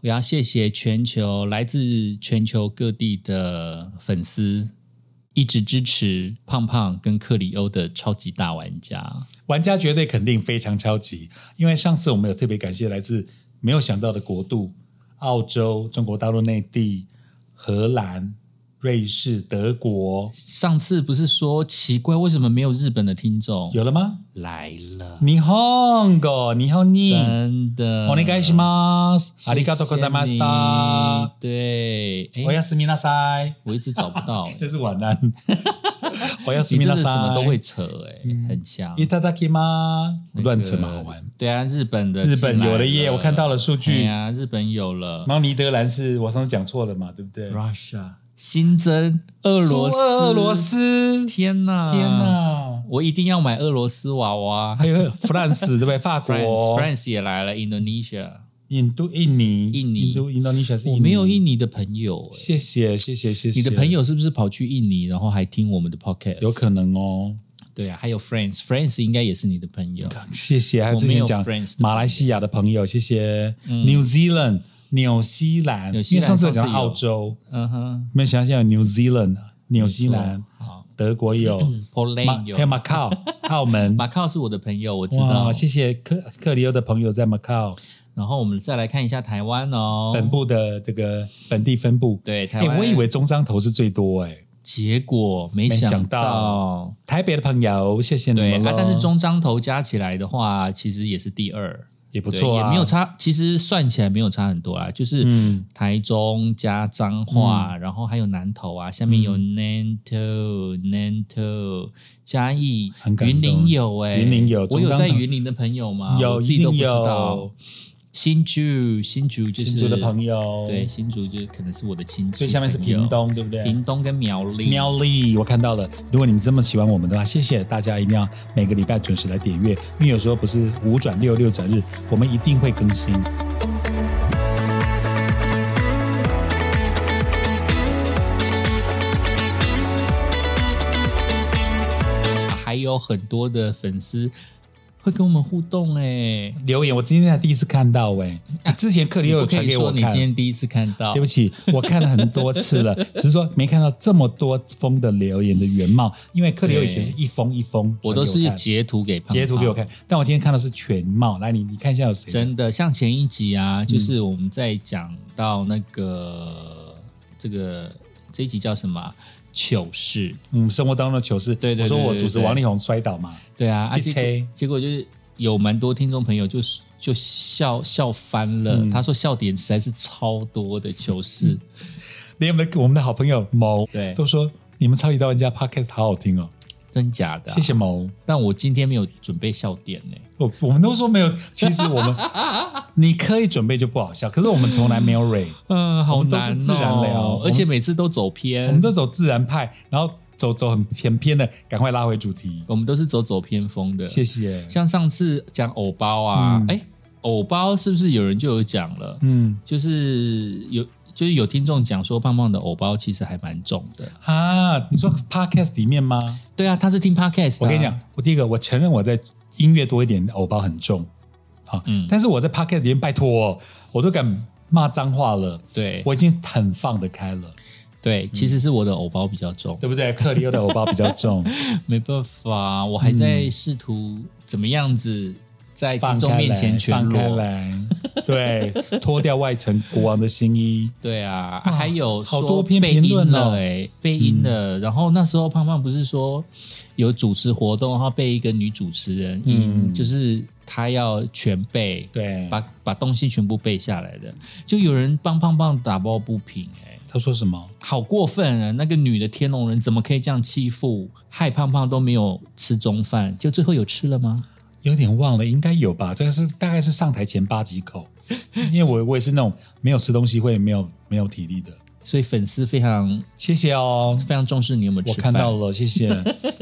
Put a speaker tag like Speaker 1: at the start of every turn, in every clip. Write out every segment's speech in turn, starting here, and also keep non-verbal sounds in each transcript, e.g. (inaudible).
Speaker 1: 也要谢谢全球来自全球各地的粉丝，一直支持胖胖跟克里欧的超级大玩家。
Speaker 2: 玩家绝对肯定非常超级，因为上次我们有特别感谢来自没有想到的国度，澳洲、中国大陆内地、荷兰、瑞士、德国，
Speaker 1: 上次不是说奇怪为什么没有日本的听众
Speaker 2: 有了吗？
Speaker 1: 来了？
Speaker 2: 你哄狗，你哄你，
Speaker 1: 真的，
Speaker 2: お願いします。
Speaker 1: 谢谢
Speaker 2: ありがとうございました。
Speaker 1: 你对，
Speaker 2: 我
Speaker 1: 哎，
Speaker 2: 要思密那塞，
Speaker 1: 我一直找不
Speaker 2: (laughs)
Speaker 1: 到，
Speaker 2: 这
Speaker 1: 哎
Speaker 2: 是晚
Speaker 1: (laughs)
Speaker 2: 安。我要思
Speaker 1: 你
Speaker 2: 密
Speaker 1: 真
Speaker 2: 那
Speaker 1: 的
Speaker 2: 塞，
Speaker 1: 什么都会扯，哎，很强。
Speaker 2: いただきます。
Speaker 1: 那个
Speaker 2: 嗯乱扯嘛，好玩。。
Speaker 1: 对啊，日本的
Speaker 2: 日本
Speaker 1: 进来
Speaker 2: 有了耶，我看到了数
Speaker 1: 对
Speaker 2: 据。
Speaker 1: 啊，日本有了
Speaker 2: 然后尼德兰是我上次讲错了嘛，对不对？
Speaker 1: ，Russia 新增俄罗斯，
Speaker 2: 苏俄罗，斯，天
Speaker 1: 天哪，
Speaker 2: 哪！哎
Speaker 1: 我一定要买俄罗斯娃娃
Speaker 2: 还。有 France 对
Speaker 1: (laughs)
Speaker 2: 不对？法国、
Speaker 1: France France 也来了，Indonesia，
Speaker 2: 印度、印尼、
Speaker 1: 印尼
Speaker 2: 印度、Indonesia 是印
Speaker 1: 我
Speaker 2: 尼。
Speaker 1: 没有印尼的朋友哎，
Speaker 2: 谢谢谢谢谢谢。
Speaker 1: 你的朋友是不是跑去印尼，然后还听我们的 podcast？
Speaker 2: 有可能哦。
Speaker 1: 对啊，还有 France，France 应该也是你的朋友。
Speaker 2: 谢谢，还有
Speaker 1: 我
Speaker 2: 之
Speaker 1: 没
Speaker 2: 前
Speaker 1: 有
Speaker 2: 讲
Speaker 1: friends 的嗯
Speaker 2: 马来西亚的朋友，谢谢 New Zealand、纽西兰，
Speaker 1: 纽西兰
Speaker 2: 因为上次
Speaker 1: 上次
Speaker 2: 有讲
Speaker 1: 有
Speaker 2: 澳洲，
Speaker 1: 嗯哼，
Speaker 2: 没有想想有 New Zealand、纽西兰、
Speaker 1: 好
Speaker 2: 德国
Speaker 1: (clears throat)
Speaker 2: 有，马
Speaker 1: ，Poland
Speaker 2: 还
Speaker 1: 有
Speaker 2: 有，马
Speaker 1: (laughs)
Speaker 2: 靠、澳门。
Speaker 1: 马靠是我的朋友，我知道哦
Speaker 2: 哇，。谢谢克克里欧的朋友在马靠
Speaker 1: 然后我们再来看一下台湾哦，
Speaker 2: 本部的这个本地分部。
Speaker 1: 对台
Speaker 2: 哎，
Speaker 1: 湾，
Speaker 2: 我以为中彰投是最多哎，
Speaker 1: 结果没想
Speaker 2: 没想到台北的朋友，谢谢你
Speaker 1: 对
Speaker 2: 们
Speaker 1: 啊
Speaker 2: 咯，
Speaker 1: 但是中彰头加起来的话，其实也是第二，
Speaker 2: 也不
Speaker 1: 对
Speaker 2: 错啊，
Speaker 1: 也没有差，其实算起来没有差很多啊，就是。
Speaker 2: 嗯，
Speaker 1: 台中加彰化，然后还有南投啊，下面有
Speaker 2: 嗯
Speaker 1: Nanto、Nanto 嘉义
Speaker 2: 很，感动
Speaker 1: 云林有哎、
Speaker 2: 云林有
Speaker 1: 我有
Speaker 2: 中彰
Speaker 1: 在
Speaker 2: 投
Speaker 1: 云林的朋友吗？
Speaker 2: 有
Speaker 1: 我自己都不
Speaker 2: 一
Speaker 1: 知
Speaker 2: 定有
Speaker 1: 道。新竹，新竹就是
Speaker 2: 新竹的朋友，
Speaker 1: 对，，新竹就是可能是我的亲戚。
Speaker 2: 最下面是屏，东，对不对？
Speaker 1: 屏东跟苗栗。
Speaker 2: 喵丽，我看到了。如果你们这么喜欢我们的话，谢谢大家，一定要每个礼拜准时来点阅，因为有时候不是五转六，六转日，我们一定会更新。
Speaker 1: 还有很多的粉丝会跟我们互动哎、
Speaker 2: 留言我今天才第一次看到、欸，哎，之前克里又
Speaker 1: 我
Speaker 2: 有
Speaker 1: 可
Speaker 2: 传
Speaker 1: 以
Speaker 2: 给
Speaker 1: 说
Speaker 2: 我
Speaker 1: 啊你今
Speaker 2: 看。
Speaker 1: 天第一次看到
Speaker 2: 对，不起，我看了很多次了，只是说没看到这么多封的留言的原貌，因为克里欧以前是一封一封传给
Speaker 1: 我
Speaker 2: 我
Speaker 1: 都是
Speaker 2: 看
Speaker 1: 截图给胖
Speaker 2: 截图给我
Speaker 1: 胖。
Speaker 2: 看，但我今天看的是全貌。来，你你看一下有谁？
Speaker 1: 真的，像前一集
Speaker 2: 嗯
Speaker 1: 啊，就是我们在讲到那个、这个这一集叫什么啊糗事，
Speaker 2: 嗯，生活当中的糗事。
Speaker 1: 对对对
Speaker 2: 我说我
Speaker 1: 对
Speaker 2: 主持
Speaker 1: 对
Speaker 2: 王力宏摔倒嘛，
Speaker 1: 对啊，啊
Speaker 2: 一
Speaker 1: 结
Speaker 2: 吹
Speaker 1: 果结果就是有蛮多听众朋友就是就笑笑翻了，
Speaker 2: 嗯
Speaker 1: 他说笑点实在是超多的糗事，
Speaker 2: 连我们的我们的好朋友某
Speaker 1: 对
Speaker 2: 都说你们超级大玩家 podcast 好好听哦，
Speaker 1: 真假的啊、
Speaker 2: 谢谢某。
Speaker 1: 但我今天没有准备笑点呢、
Speaker 2: 我我们都说没有，其实
Speaker 1: (laughs)
Speaker 2: 我们你可以准备就不好笑，可是我们从来没有蕊，
Speaker 1: 嗯，好
Speaker 2: 我们都
Speaker 1: 难
Speaker 2: 是
Speaker 1: 哦，
Speaker 2: 自然聊
Speaker 1: 而且每次都走偏，
Speaker 2: 我们都走自然派，然后走走很偏偏的，赶快拉回主题。
Speaker 1: 我们都是走走偏锋的。
Speaker 2: 谢谢。
Speaker 1: 像上次讲偶包啊，
Speaker 2: 嗯
Speaker 1: 哎、偶包是不是有人就有讲了？
Speaker 2: 嗯
Speaker 1: 就是有就是有听众讲说，胖胖的偶包其实还蛮重的。
Speaker 2: 啊，你说 podcast 里面吗？
Speaker 1: 对啊，他是听 podcast，的啊
Speaker 2: 我跟你讲，，我第一个我承认我在音乐多一点，偶包很重啊，
Speaker 1: 嗯
Speaker 2: 但是我在 podcast 里面，拜托、哦我都敢骂脏话了，
Speaker 1: 对
Speaker 2: 我已经很放得开了。
Speaker 1: 对，其实是我的偶包比较重，
Speaker 2: 对不对？克里欧的偶包比较重，
Speaker 1: 没办法，我还在试图怎么样子 (laughs) 在听
Speaker 2: 嗯放
Speaker 1: 众
Speaker 2: 开
Speaker 1: 面前
Speaker 2: 来，
Speaker 1: 全
Speaker 2: 放开
Speaker 1: 裸。
Speaker 2: 来，对，
Speaker 1: (laughs)
Speaker 2: 脱掉外层国王的新衣，
Speaker 1: 对啊，
Speaker 2: 哇
Speaker 1: 还有
Speaker 2: 好
Speaker 1: 说
Speaker 2: 多篇
Speaker 1: 被
Speaker 2: 评
Speaker 1: 阴
Speaker 2: 论
Speaker 1: 了
Speaker 2: 哦嗯
Speaker 1: 哎、被阴了。然后那时候胖胖不是说有主持活动，然后被一个女主持人阴，
Speaker 2: 嗯
Speaker 1: 就是她要全背，
Speaker 2: 对，
Speaker 1: 把把东西全部背下来的，就有人帮胖胖打抱不平哎、
Speaker 2: 他说什么？
Speaker 1: 好过分啊！那个女的天龙人怎么可以这样欺负？害胖胖都没有吃中饭，就最后有吃了吗？
Speaker 2: 有点忘了，应该有吧？这个是大概是上台前八几口，因为我我也是那种没有吃东西会没有没有体力的。
Speaker 1: 所以粉丝非常
Speaker 2: 谢谢哦，
Speaker 1: 非常重视你有没有吃
Speaker 2: 我
Speaker 1: 饭。
Speaker 2: 看到了，
Speaker 1: (laughs)
Speaker 2: 谢谢。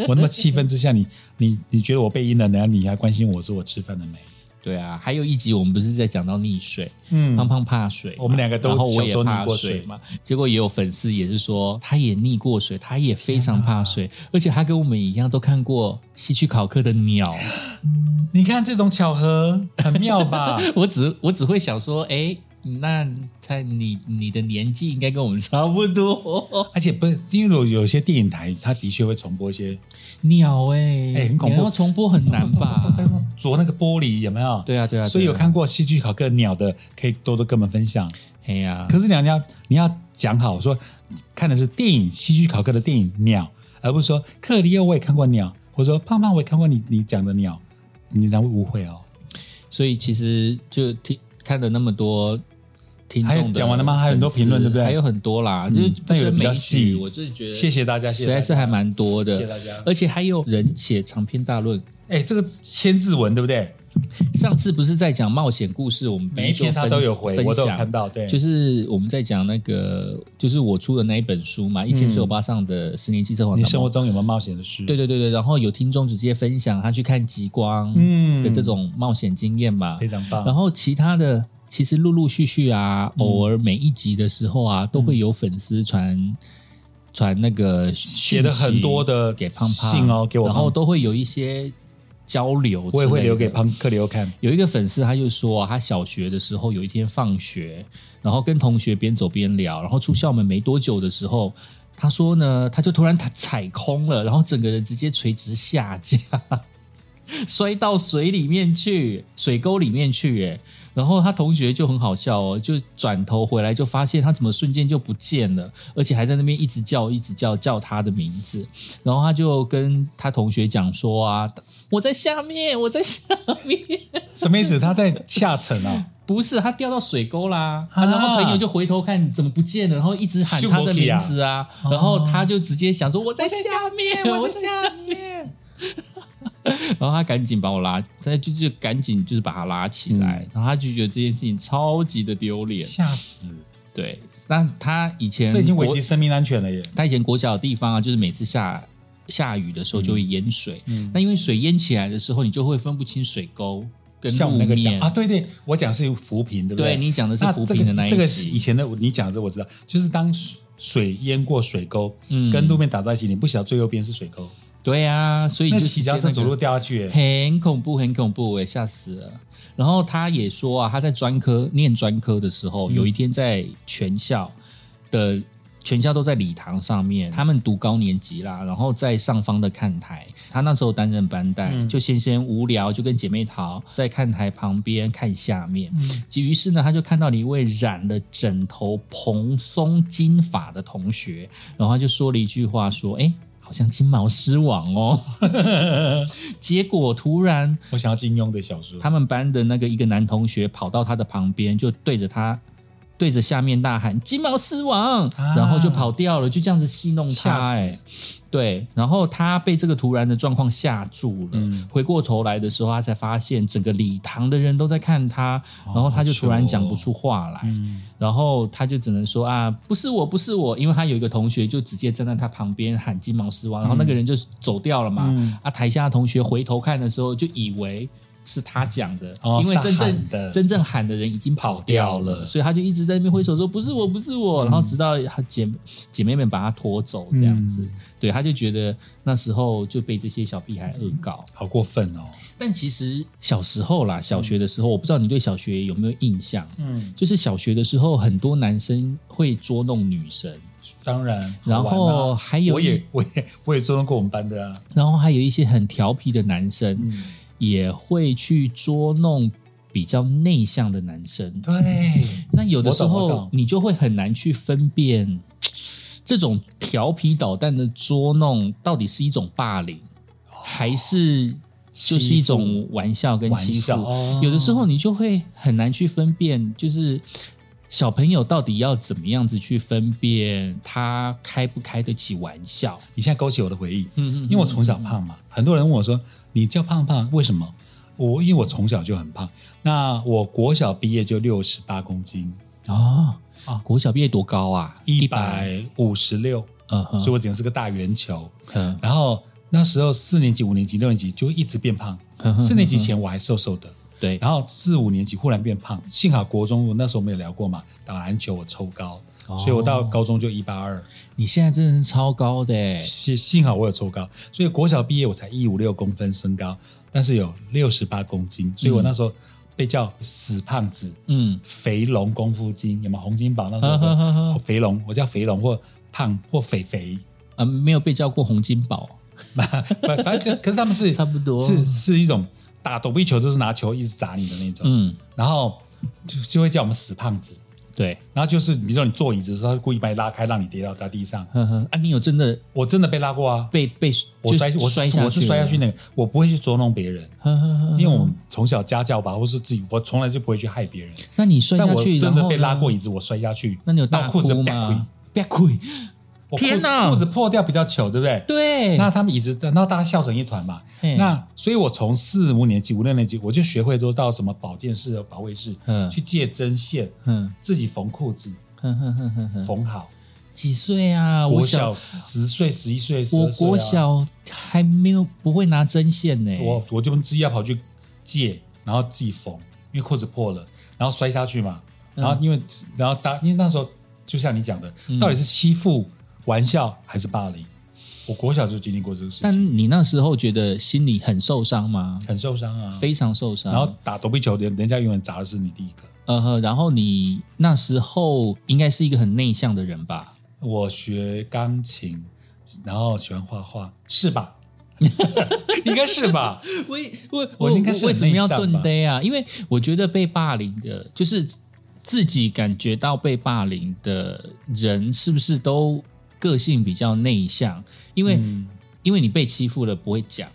Speaker 2: 我那么气愤之下，你你你觉得我被阴了，然后你还关心我说我吃饭了没？
Speaker 1: 对啊，还有一集我们不是在讲到溺水，
Speaker 2: 嗯
Speaker 1: 胖胖怕水嘛，
Speaker 2: 我们两个都
Speaker 1: 然后我
Speaker 2: 小
Speaker 1: 也
Speaker 2: 时候
Speaker 1: 怕
Speaker 2: 溺过
Speaker 1: 水
Speaker 2: 水
Speaker 1: 嘛，结果也有粉丝也是说，他也溺过水，他也非常怕水，
Speaker 2: 嗯
Speaker 1: 而且他跟我们一样都看过西区考克的鸟。 (laughs)
Speaker 2: 你看这种巧合很妙吧？
Speaker 1: (laughs) 我只我只会想说，哎、那他你你的年纪应该跟我们差不多。
Speaker 2: 而且不是，因为有有些电影台，它的确会重播一些
Speaker 1: 鸟哎、
Speaker 2: 哎很恐怖
Speaker 1: 你要重播很难吧？
Speaker 2: (laughs) 啄那个玻璃有没有？
Speaker 1: 对啊对啊，对啊
Speaker 2: 所以有看，过戏剧考课鸟的，可以多多跟我们分享。
Speaker 1: 哎呀、
Speaker 2: 可是鸟鸟，你要讲好说，看的是电影戏剧考课的电影鸟，而不是说克里欧我也看过鸟，或者说胖胖我也看过你你讲的鸟，你这样会误会哦。
Speaker 1: 所以其实就听看了那么多听众
Speaker 2: 还有
Speaker 1: 的
Speaker 2: 讲完了吗还有很多
Speaker 1: 粉丝
Speaker 2: 评论对不对
Speaker 1: 还有很多啦，
Speaker 2: 嗯
Speaker 1: 就是
Speaker 2: 但有的
Speaker 1: 不
Speaker 2: 比
Speaker 1: 胜枚
Speaker 2: 较
Speaker 1: 举
Speaker 2: 细
Speaker 1: 我真的觉得
Speaker 2: 谢谢大家，谢
Speaker 1: 实
Speaker 2: 谢大
Speaker 1: 在
Speaker 2: 家
Speaker 1: 是还蛮多
Speaker 2: 谢谢
Speaker 1: 的，
Speaker 2: 大家。
Speaker 1: 而且还有人写长篇大论。
Speaker 2: 哎、这个千字文对不对？
Speaker 1: 上次不是在讲冒险故事，我们不是
Speaker 2: 每一篇
Speaker 1: 就
Speaker 2: 他
Speaker 1: 分
Speaker 2: 都有回，
Speaker 1: 分
Speaker 2: 我都有
Speaker 1: 享
Speaker 2: 看到。对，
Speaker 1: 就是我们在讲那个，就是我出的那一本书嘛，《一千岁我爸上的十年汽车环
Speaker 2: 嗯你
Speaker 1: 岛
Speaker 2: 生
Speaker 1: 梦
Speaker 2: 活》。中有没有冒险的事？
Speaker 1: 对，对对对，然后有听众直接分享他去看极光
Speaker 2: 嗯
Speaker 1: 的这种冒险经验嘛，
Speaker 2: 非常
Speaker 1: 然
Speaker 2: 棒。
Speaker 1: 后其他的其实陆陆续续啊，偶尔每一集的时候
Speaker 2: 嗯
Speaker 1: 啊，都会有粉丝传传那个
Speaker 2: 写的很多
Speaker 1: 的
Speaker 2: 的
Speaker 1: 给胖胖
Speaker 2: 信哦，给我
Speaker 1: 然
Speaker 2: 胖
Speaker 1: 后都会有一些交流，
Speaker 2: 我也会留给。胖克里欧看。
Speaker 1: 有一个粉丝他就说、啊，他小学的时候有一天放学，然后跟同学边走边聊，然后出校门没多久的时候，他说呢，他就突然他踩空了，然后整个人直接垂直下降， (laughs) 摔到水里面去，水沟里面去，耶。然后他同学就很好笑哦，就转头回来就发现他怎么瞬间就不见了，而且还在那边一直叫一直叫叫他的名字，然后他就跟他同学讲说啊，我在下面，我在下面。
Speaker 2: 什么意
Speaker 1: (laughs)
Speaker 2: 思？他在下层啊，
Speaker 1: 不是，他掉到水沟啦、
Speaker 2: 啊
Speaker 1: 然后朋友就回头看怎么不见了，然后一直喊他的名字啊，
Speaker 2: 啊
Speaker 1: 然后他就直接想说我在下面，
Speaker 2: 哦
Speaker 1: 我在下面，
Speaker 2: 面。
Speaker 1: 然后他赶紧把我拉，他就就赶紧就是把他拉起来，
Speaker 2: 嗯
Speaker 1: 然后他就觉得这件事情超级的丢脸。
Speaker 2: (laughs) 吓死！
Speaker 1: 对，那他以前
Speaker 2: 这已经危
Speaker 1: 国
Speaker 2: 及生命安全了耶。
Speaker 1: 他以前国小的地方啊，就是每次下下雨的时候就会淹水，
Speaker 2: 嗯
Speaker 1: 那因为水淹起来的时候，你就会分不清水沟跟
Speaker 2: 像我
Speaker 1: 路
Speaker 2: 们那个讲
Speaker 1: 面
Speaker 2: 啊，。对对，我讲是浮萍，对不
Speaker 1: 对
Speaker 2: 对？啊
Speaker 1: 你讲的是浮萍的那一集，
Speaker 2: 这个这个以前的你讲的这个我知道，就是当水淹过水沟，
Speaker 1: 嗯
Speaker 2: 跟路面打在一起，你不晓得最右边是水沟，
Speaker 1: 对啊，所以
Speaker 2: 那
Speaker 1: 就
Speaker 2: 骑
Speaker 1: 直接
Speaker 2: 脚
Speaker 1: 那
Speaker 2: 车
Speaker 1: 个
Speaker 2: 走路掉下去耶。
Speaker 1: 很恐怖，很恐怖、欸，吓死了。然后他也说啊，他在专科念专科的时
Speaker 2: 嗯
Speaker 1: 候，有一天在全校的全校都在礼堂上
Speaker 2: 嗯
Speaker 1: 面，他们读高年级啦，然后在上方的看台，他那时候担任班带，
Speaker 2: 嗯
Speaker 1: 就闲闲无聊，就跟姐妹淘在看台旁边看下面。
Speaker 2: 嗯
Speaker 1: 于是呢，他就看到了一位染了枕头蓬松金发的同学，然后他就说了一句话，说：“哎、好像金毛狮王哦。”结果突然，
Speaker 2: 我想要金庸的小说，
Speaker 1: 他们班的那个一个男同学跑到他的旁边，就对着他。对着下面大喊“金毛狮王”，
Speaker 2: 啊
Speaker 1: 然后就跑掉了，就这样子戏弄他、
Speaker 2: 吓死
Speaker 1: 哎，对，然后他被这个突然的状况吓住了。
Speaker 2: 嗯
Speaker 1: 回过头来的时候，他才发现整个礼堂的人都在看他，
Speaker 2: 哦
Speaker 1: 然后他就突然讲不出话来，
Speaker 2: 嗯，
Speaker 1: 然后他就只能说啊，不是我，不是我，因为他有一个同学就直接站在他旁边喊金毛狮王，然后那个人就走掉了嘛。
Speaker 2: 嗯
Speaker 1: 啊，台下的同学回头看的时候，就以为是他讲的，
Speaker 2: 哦
Speaker 1: 因为真
Speaker 2: 是他喊
Speaker 1: 正
Speaker 2: 的
Speaker 1: 真正喊的人已经跑掉
Speaker 2: 跑掉了嗯
Speaker 1: 所以他就一直在那边挥手说不是我，不是我，然后直到他姐姐妹们把他拖走这样子，
Speaker 2: 嗯
Speaker 1: 对，他就觉得那时候就被这些小屁孩恶搞。
Speaker 2: 好过分哦。
Speaker 1: 但其实小时候啦，小学的时候，我不知道你对小学有没有印象，
Speaker 2: 嗯，
Speaker 1: 就是小学的时候，很多男生会捉弄女生，
Speaker 2: 当然，
Speaker 1: 然
Speaker 2: 好玩啊
Speaker 1: 后还有
Speaker 2: 我
Speaker 1: 一
Speaker 2: 也我也我也捉弄过我们班的啊，
Speaker 1: 然后还有一些很调皮的男生、
Speaker 2: 嗯，
Speaker 1: 也会去捉弄比较内向的男生。
Speaker 2: (laughs) 对，
Speaker 1: 那有的时
Speaker 2: 我懂
Speaker 1: 候
Speaker 2: 我懂
Speaker 1: 你就会很难去分辨这种调皮捣蛋的捉弄到底是一种霸凌，
Speaker 2: 哦
Speaker 1: 还是就是一
Speaker 2: 欺
Speaker 1: 种玩笑跟欺
Speaker 2: 玩笑
Speaker 1: 负。
Speaker 2: 哦
Speaker 1: 有的时候你就会很难去分辨，就是小朋友到底要怎么样子去分辨他开不开得起玩笑。
Speaker 2: 你现在勾起我的回忆，
Speaker 1: 嗯嗯
Speaker 2: 因为我从小胖嘛，很多人问我说你叫胖胖为什么？我因为我从小就很胖，那我国小毕业就六十八公斤，
Speaker 1: 哦
Speaker 2: 啊
Speaker 1: 国小毕业多高啊？
Speaker 2: 一，百五十六，
Speaker 1: 嗯
Speaker 2: 所以
Speaker 1: 哼，
Speaker 2: 我简直是个大圆球。
Speaker 1: 嗯
Speaker 2: 然后那时候四年级、五年级、六年级就一直变胖，
Speaker 1: 嗯
Speaker 2: 四年级前我还瘦瘦的，
Speaker 1: 对，
Speaker 2: 然后四五年级忽然变胖，幸好国中我那时候我们有聊过嘛，打篮球我抽高，
Speaker 1: 哦
Speaker 2: 所以我到高中就一八二，
Speaker 1: 你现在真的是超高的欸，
Speaker 2: 幸幸好我有抽高，所以国小毕业我才一五六公分身高，但是有六十八公斤，所以我那时候被叫死胖子、
Speaker 1: 嗯，
Speaker 2: 肥龙功夫精，有没有？洪金宝那时候
Speaker 1: 啊啊啊
Speaker 2: 的
Speaker 1: 啊
Speaker 2: 肥龙，我叫肥龙或胖或肥肥，
Speaker 1: 啊，没有被叫过洪金宝，
Speaker 2: (laughs) 反反正可可是他们是
Speaker 1: 差不多
Speaker 2: 是是一种打躲避球，就是拿球一直砸你的那种，
Speaker 1: 嗯，
Speaker 2: 然后就就会叫我们死胖子。
Speaker 1: 对，
Speaker 2: 然后就是，比如说你坐椅子的时候，他会故意把你拉开，让你跌倒在地上。
Speaker 1: 呵呵，啊，你有真的
Speaker 2: 我真的被拉过啊，
Speaker 1: 被被
Speaker 2: 我
Speaker 1: 就
Speaker 2: 摔，我
Speaker 1: 摔
Speaker 2: 是
Speaker 1: 下
Speaker 2: 我是摔下去
Speaker 1: 了，嗯
Speaker 2: 那个，我不会去捉弄别人，
Speaker 1: 呵呵呵，
Speaker 2: 因为我们从小家教吧，或是自己，我从来就不会去害别人。
Speaker 1: 那你摔
Speaker 2: 但
Speaker 1: 下
Speaker 2: 我
Speaker 1: 去，
Speaker 2: 真
Speaker 1: 然
Speaker 2: 的
Speaker 1: 后
Speaker 2: 被拉
Speaker 1: 呢
Speaker 2: 过椅子，我摔下去，
Speaker 1: 那你有
Speaker 2: 那
Speaker 1: 大
Speaker 2: 裤子
Speaker 1: 哭
Speaker 2: 啪
Speaker 1: 吗？别哭，
Speaker 2: 我裤
Speaker 1: 天哪
Speaker 2: 裤子破掉比较糗，对不对？
Speaker 1: 对，
Speaker 2: 那他们椅子，然后大家笑成一团嘛。
Speaker 1: 嘿
Speaker 2: 那所以，我从四五年级、五六年级，我就学会都到什么保健室、保卫室
Speaker 1: 嗯
Speaker 2: 去借针线，
Speaker 1: 嗯
Speaker 2: 自己缝裤子，
Speaker 1: 哼哼哼哼哼，
Speaker 2: 缝好。
Speaker 1: 几岁嗯啊？我
Speaker 2: 我
Speaker 1: 小
Speaker 2: 小十岁、十一岁，
Speaker 1: 我
Speaker 2: 12岁啊
Speaker 1: 国，小还没有不会拿针线呢、
Speaker 2: 我我就自己要跑去借，然后自己缝，因为裤子破了，然后摔下去嘛。
Speaker 1: 嗯
Speaker 2: 然后因为，然后大，因为那时候就像你讲的，到底是欺负、玩笑还是霸凌？我国小就经历过这个事
Speaker 1: 但
Speaker 2: 情，
Speaker 1: 你那时候觉得心里很受伤吗？
Speaker 2: 很受伤啊。
Speaker 1: 非常受伤。
Speaker 2: 然后打躲避球，人人家永远砸的是你第一个。
Speaker 1: 呃呵，然后你那时候应该是一个很内向的人吧？
Speaker 2: 我学钢琴，然后喜欢画画，是吧？ (laughs) 应该是吧？
Speaker 1: 我我
Speaker 2: 我应该是很
Speaker 1: 为什么要
Speaker 2: 内向吧
Speaker 1: 顿呆啊？因为我觉得被霸凌的，就是自己感觉到被霸凌的人，是不是都个性比较内向？因为、
Speaker 2: 嗯。
Speaker 1: 因为你被欺负了不会讲，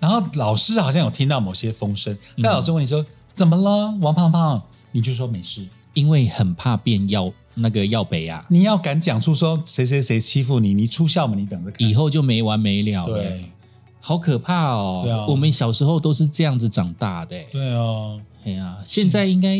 Speaker 2: 然后老师好像有听到某些风声，但老师问你说、怎么了，王胖胖，你就说没事。
Speaker 1: 因为很怕变药那个药北啊，
Speaker 2: 你要敢讲出说谁谁谁欺负你，你出校门，你等着看。
Speaker 1: 以后就没完没了了。
Speaker 2: 对
Speaker 1: 好可怕哦！
Speaker 2: 对啊
Speaker 1: 我们小时候都是这样子长大的、欸。
Speaker 2: 对哦，
Speaker 1: 哎呀、现在应该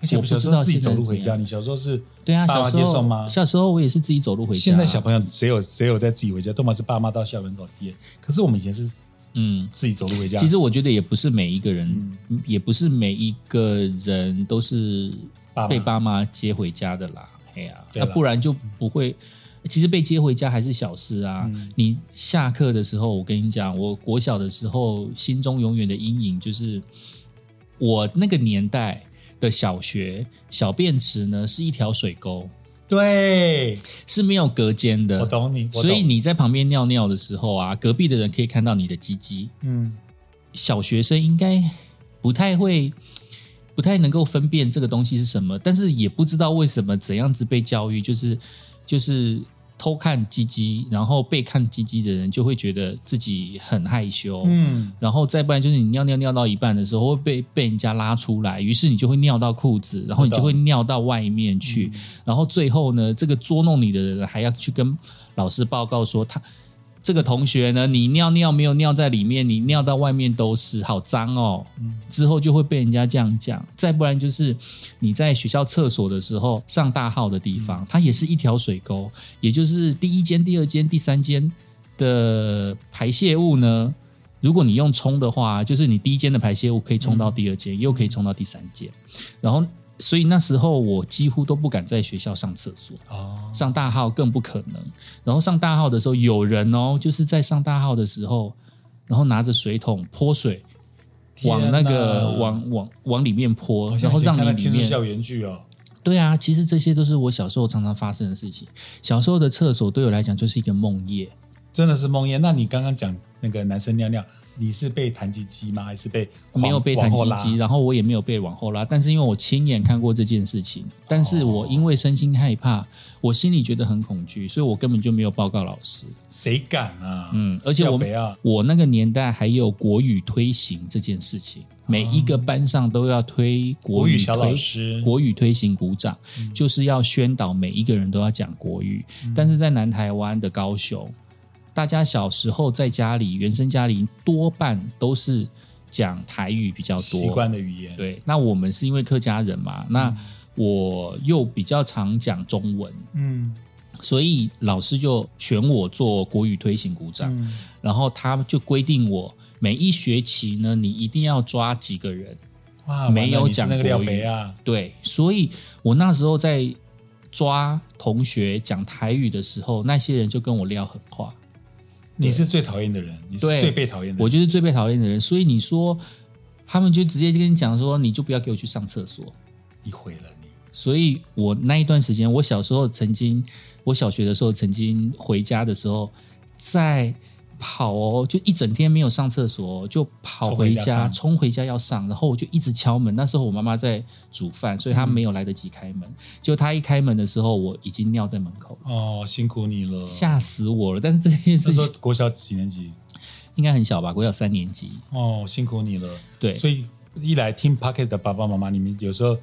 Speaker 2: 而且
Speaker 1: 我
Speaker 2: 我
Speaker 1: 不
Speaker 2: 小时
Speaker 1: 知
Speaker 2: 候
Speaker 1: 道
Speaker 2: 自己
Speaker 1: 现在
Speaker 2: 走路
Speaker 1: 怎
Speaker 2: 回家，
Speaker 1: 样
Speaker 2: 你小时候是
Speaker 1: 对啊，
Speaker 2: 爸
Speaker 1: 小
Speaker 2: 妈
Speaker 1: 时
Speaker 2: 接
Speaker 1: 候
Speaker 2: 受吗
Speaker 1: 小时候我也是自己走路回家。
Speaker 2: 现在小朋友谁有谁有在自己回家，都嘛是爸妈到校门口接。可是我们以前是
Speaker 1: 嗯，
Speaker 2: 自己走路回家，
Speaker 1: 其实我觉得也不是每一个人，
Speaker 2: 嗯
Speaker 1: 也不是每一个人都是
Speaker 2: 爸妈
Speaker 1: 被爸妈接回家的啦。哎呀、
Speaker 2: 对
Speaker 1: 那
Speaker 2: 啦
Speaker 1: 不然就不会。其实被接回家还是小事啊。
Speaker 2: 嗯
Speaker 1: 你下课的时候，我跟你讲，我国小的时候心中永远的阴影就是，我那个年代的小学小便池呢是一条水沟，
Speaker 2: 对，
Speaker 1: 是没有隔间的。
Speaker 2: 我懂你，我懂
Speaker 1: 所以你在旁边尿尿的时候啊，隔壁的人可以看到你的鸡鸡。
Speaker 2: 嗯，
Speaker 1: 小学生应该不太会，不太能够分辨这个东西是什么，但是也不知道为什么怎样子被教育，就是就是偷看鸡鸡，然后被看鸡鸡的人就会觉得自己很害羞，
Speaker 2: 嗯，
Speaker 1: 然后再不然就是你尿尿尿到一半的时候会被被人家拉出来，于是你就会尿到裤子，然后你就会尿到嗯外面去，然后最后呢，这个捉弄你的人还要去跟老师报告说他。这个同学呢，你尿尿没有尿在里面，你尿到外面都是，好脏哦。之后就会被人家这样讲，再不然就是你在学校厕所的时候上大号的地方，它也是一条水沟，也就是第一间、第二间、第三间的排泄物呢，如果你用冲的话，就是你第一间的排泄物可以冲到
Speaker 2: 嗯
Speaker 1: 第二间，又可以冲到第三间，然后所以那时候我几乎都不敢在学校上厕所。
Speaker 2: 哦，
Speaker 1: 上大号更不可能。然后上大号的时候，有人哦，就是在上大号的时候，然后拿着水桶泼水，
Speaker 2: 天
Speaker 1: 往
Speaker 2: 哪
Speaker 1: 那个往往往里面泼，
Speaker 2: 好像
Speaker 1: 然后
Speaker 2: 以前
Speaker 1: 让
Speaker 2: 看那
Speaker 1: 你里
Speaker 2: 青春
Speaker 1: 面
Speaker 2: 校园剧哦，
Speaker 1: 对啊，其实这些都是我小时候常常发生的事情。小时候的厕所对我来讲就是一个梦魇，
Speaker 2: 真的是梦魇。那你刚刚讲那个男生尿尿，你是被弹鸡鸡吗？还是被
Speaker 1: 没有被弹
Speaker 2: 往后
Speaker 1: 鸡
Speaker 2: 拉
Speaker 1: 鸡，然后我也没有被往后拉，但是因为我亲眼看过这件事
Speaker 2: 哦
Speaker 1: 情，但是我因为身心害怕，我心里觉得很恐惧，所以我根本就没有报告老师。
Speaker 2: 谁敢啊？
Speaker 1: 嗯，而且我
Speaker 2: 要不要
Speaker 1: 我那个年代还有国语推行这件事情，每一个班上都要推
Speaker 2: 哦国
Speaker 1: 国
Speaker 2: 语
Speaker 1: 语
Speaker 2: 小老
Speaker 1: 推
Speaker 2: 师，嗯
Speaker 1: 国语推行鼓掌，就是要宣导每一个人都要讲国语。但是在南台湾的高雄，大家小时候在家里原生家里多半都是讲台语比较
Speaker 2: 习
Speaker 1: 多，
Speaker 2: 惯的语言，
Speaker 1: 对，那我们是因为客家人嘛，那我又比较常讲中文，
Speaker 2: 嗯，
Speaker 1: 所以老师就选我做国语推行鼓掌，
Speaker 2: 嗯
Speaker 1: 然后他就规定我每一学期呢，你一定要抓几个人。
Speaker 2: 哇，
Speaker 1: 没有
Speaker 2: 完了你是
Speaker 1: 讲
Speaker 2: 那个廖
Speaker 1: 国语
Speaker 2: 北啊，
Speaker 1: 对，所以我那时候在抓同学讲台语的时候，那些人就跟我撂狠话，
Speaker 2: 你是最讨厌的人，你是
Speaker 1: 对
Speaker 2: 最被讨厌的
Speaker 1: 我
Speaker 2: 人。
Speaker 1: 就是最被讨厌的人。所以你说他们就直接跟你讲说，你就不要给我去上厕所。
Speaker 2: 你毁了你。
Speaker 1: 所以我那一段时间，我小时候曾经，我小学的时候曾经回家的时候，在跑哦，就一整天没有上厕所哦，就跑回
Speaker 2: 冲回家
Speaker 1: 家，
Speaker 2: 上
Speaker 1: 冲回家要上，然后我就一直敲门。那时候我妈妈在煮饭，所以她没有来得及开门。就她一开门的时候，我已经尿在门口了，
Speaker 2: 哦，辛苦你了。
Speaker 1: 吓死我了！但是这件
Speaker 2: 那
Speaker 1: 事
Speaker 2: 时候
Speaker 1: 情
Speaker 2: 国小几年级？
Speaker 1: 应该很小吧，国小三年级，
Speaker 2: 哦，辛苦你了。
Speaker 1: 对，
Speaker 2: 所以一来听 Pocket 的爸爸妈妈，你们有时候